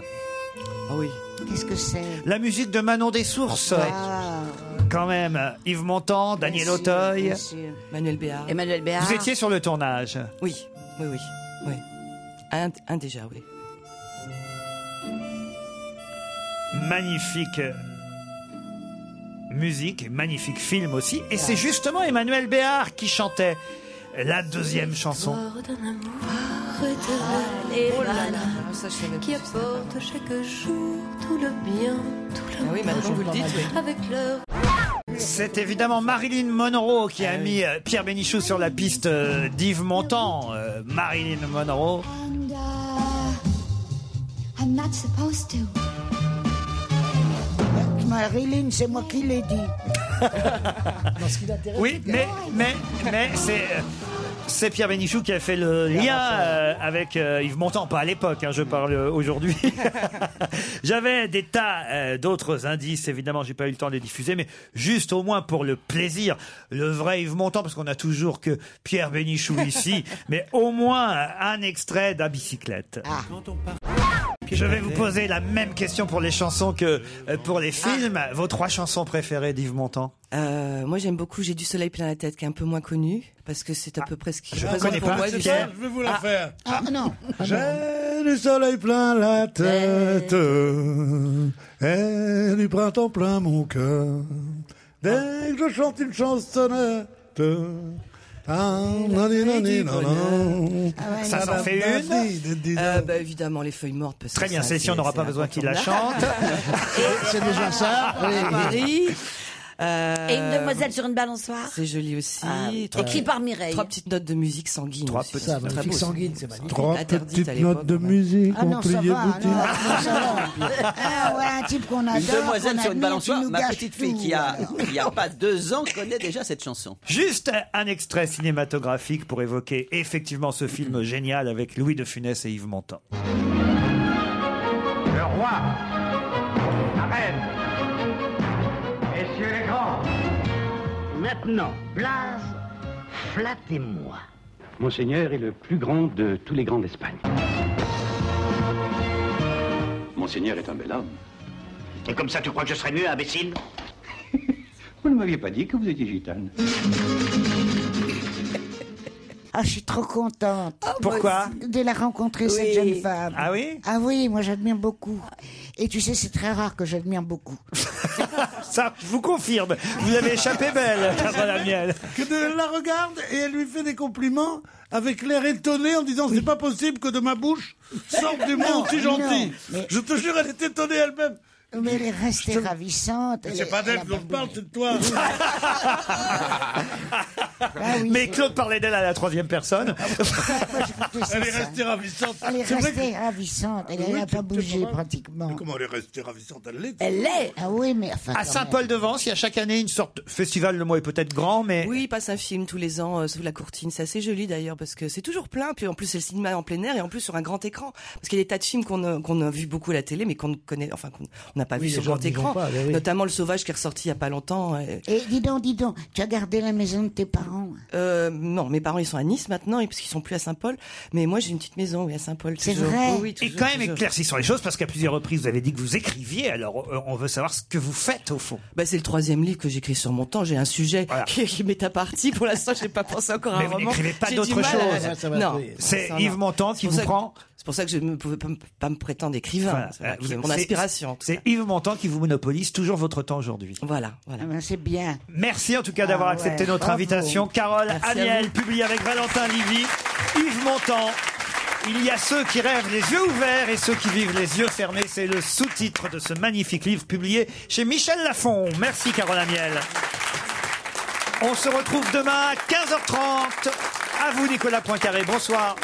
Ah oui. Qu'est-ce que c'est La musique de Manon des Sources. Quand même, Yves Montand, Daniel Auteuil. Manuel Béard. Emmanuel Béard. Vous étiez sur le tournage. Oui, oui, oui, oui. Un, un déjà, oui. magnifique musique et magnifique film aussi. Et c'est justement Emmanuel Béard qui chantait la deuxième chanson. Histoire d'un amour Ah, éternel et banal qui apporte chaque jour tout le bien, tout le Ah oui, mal. maintenant que vous le dites, oui. Avec leur C'est évidemment Marilyn Monroe qui Ah a mis euh, Pierre Bénichou sur la piste euh, d'Yves Montand. Euh, Marilyn Monroe. And uh, I'm not supposed to. Marilyn, c'est moi qui l'ai dit. Oui, mais, mais, mais c'est. euh, C'est Pierre Bénichou qui a fait le lien euh, avec euh, Yves Montand, pas à l'époque, hein, je parle euh, aujourd'hui. J'avais des tas euh, d'autres indices, évidemment, j'ai pas eu le temps de les diffuser, mais juste au moins pour le plaisir, le vrai Yves Montand, parce qu'on a toujours que Pierre Bénichou ici, mais au moins euh, un extrait d'un bicyclette. Je vais vous poser la même question pour les chansons que euh, pour les films. Vos trois chansons préférées d'Yves Montand Euh, moi, j'aime beaucoup J'ai du soleil plein la tête, qui est un peu moins connu, parce que c'est à peu près ce Ah, qui Je représente connais pour pas, moi c'est du pas- soleil. Je vais vous la faire. Ah non. J'ai du soleil plein la tête et du printemps plein mon cœur. Dès que je chante une chansonnette. Ah, nanani, nanana. Ah Ça, ça en fait Bah, une. Euh, bah, évidemment, les feuilles mortes. Parce Très que bien, ça, Cécile, on n'aura c'est pas besoin qu'il la chante. incontournable. C'est déjà ça. À Paris. euh, Et une demoiselle sur une balançoire. C'est joli aussi. Ah, oui. Trois Écrit petites- par Mireille. Trois petites notes de musique sanguine. Trois petites notes. Magnifique sanguine, c'est magnifique. Trois Interdite à petites l'époque, notes de musique, Ah non, ça Montpellier va, Boutique. non, non, ça va. Ah ouais, un type qu'on adore. Une demoiselle qu'on sur une admire, balançoire, qui nous ma gâche petite fille tout. qui a, il y a pas deux ans connaît déjà cette chanson. Juste un extrait cinématographique pour évoquer effectivement ce film génial avec Louis de Funès et Yves Montand. Le roi, la reine, messieurs les grands. Maintenant, Blaze, flattez-moi. Monseigneur est le plus grand de tous les grands d'Espagne. Monseigneur est un bel homme. Et comme ça, tu crois que je serais mieux, imbécile Vous ne m'aviez pas dit que vous étiez gitane. Ah, je suis trop contente. Pourquoi De la rencontrer, cette Ah, Oui. jeune femme. Ah oui Ah oui, moi j'admire beaucoup. Et tu sais, c'est très rare que j'admire beaucoup. Ça, je vous confirme, vous avez échappé belle, Carole Amiel. que de la regarde et elle lui fait des compliments avec l'air étonné en disant c'est pas possible que de ma bouche sorte des mots Non, aussi gentils. non, mais- Je te jure, elle est étonnée elle-même. Mais elle est restée ravissante. Mais elle c'est est- pas elle a d'elle dont je parle, c'est de toi. Ah Mais Claude parlait d'elle à la troisième personne. Ah, Elle est restée ravissante. Elle est C'est vrai restée ravissante. Elle n'a pas bougé pratiquement. que- Comment elle est restée ravissante Elle l'est. Ah oui, mais enfin. À quand Saint-Paul-de-Vence, il y a chaque année une sorte de festival, le mot est peut-être grand, mais Oui, il passe un film tous les ans euh, sous la courtine. C'est assez joli d'ailleurs parce que c'est toujours plein. Puis en plus, c'est le cinéma en plein air et en plus sur un grand écran. Parce qu'il y a des tas de films qu'on a, qu'on a vu beaucoup à la télé, mais qu'on ne connaît, enfin qu'on on n'a pas Oui, vu les sur gens grand n'y vont écran. pas, mais oui. Notamment Le Sauvage qui est ressorti il y a pas longtemps. euh, Et... même. Et dis donc, dis donc, tu as gardé la maison de tes parents. hein Euh, non, mes parents ils sont à Nice maintenant et parce qu'ils sont plus à Saint-Paul. Mais moi j'ai une petite maison oui, à Saint-Paul. toujours. Oui, oui, Et toujours, quand même toujours. éclaircissons les choses, parce qu'à plusieurs reprises, vous avez dit que vous écriviez, alors euh, on veut savoir ce que vous faites au fond. Bah, c'est le troisième livre que j'écris sur mon temps. J'ai un sujet qui, qui m'est à partie. Pour l'instant, j'ai pas pensé encore à Mais un vous roman. n'écrivez pas J'ai du d'autre mal à- chose. Ouais, ça va, Non, oui. C'est ça, non. Yves Montand qui C'est pour vous ça que- prend C'est pour ça que je ne pouvais pas me- pas me prétendre écrivain. Voilà. C'est vrai, Euh, qui est vous- mon c'est- inspiration. C'est Yves Montand qui vous monopolise toujours votre temps aujourd'hui. Voilà, voilà. Ah ben, c'est bien. Merci en tout cas d'avoir Ah accepté ouais, notre bravo. invitation. Carole Merci à Amiel, vous. publié avec Valentin Livy, Yves Montand. Il y a ceux qui rêvent les yeux ouverts et ceux qui vivent les yeux fermés. C'est le sous-titre de ce magnifique livre publié chez Michel Lafon. Merci Carole Amiel. On se retrouve demain à 15h30. À vous Nicolas Poincaré. Bonsoir.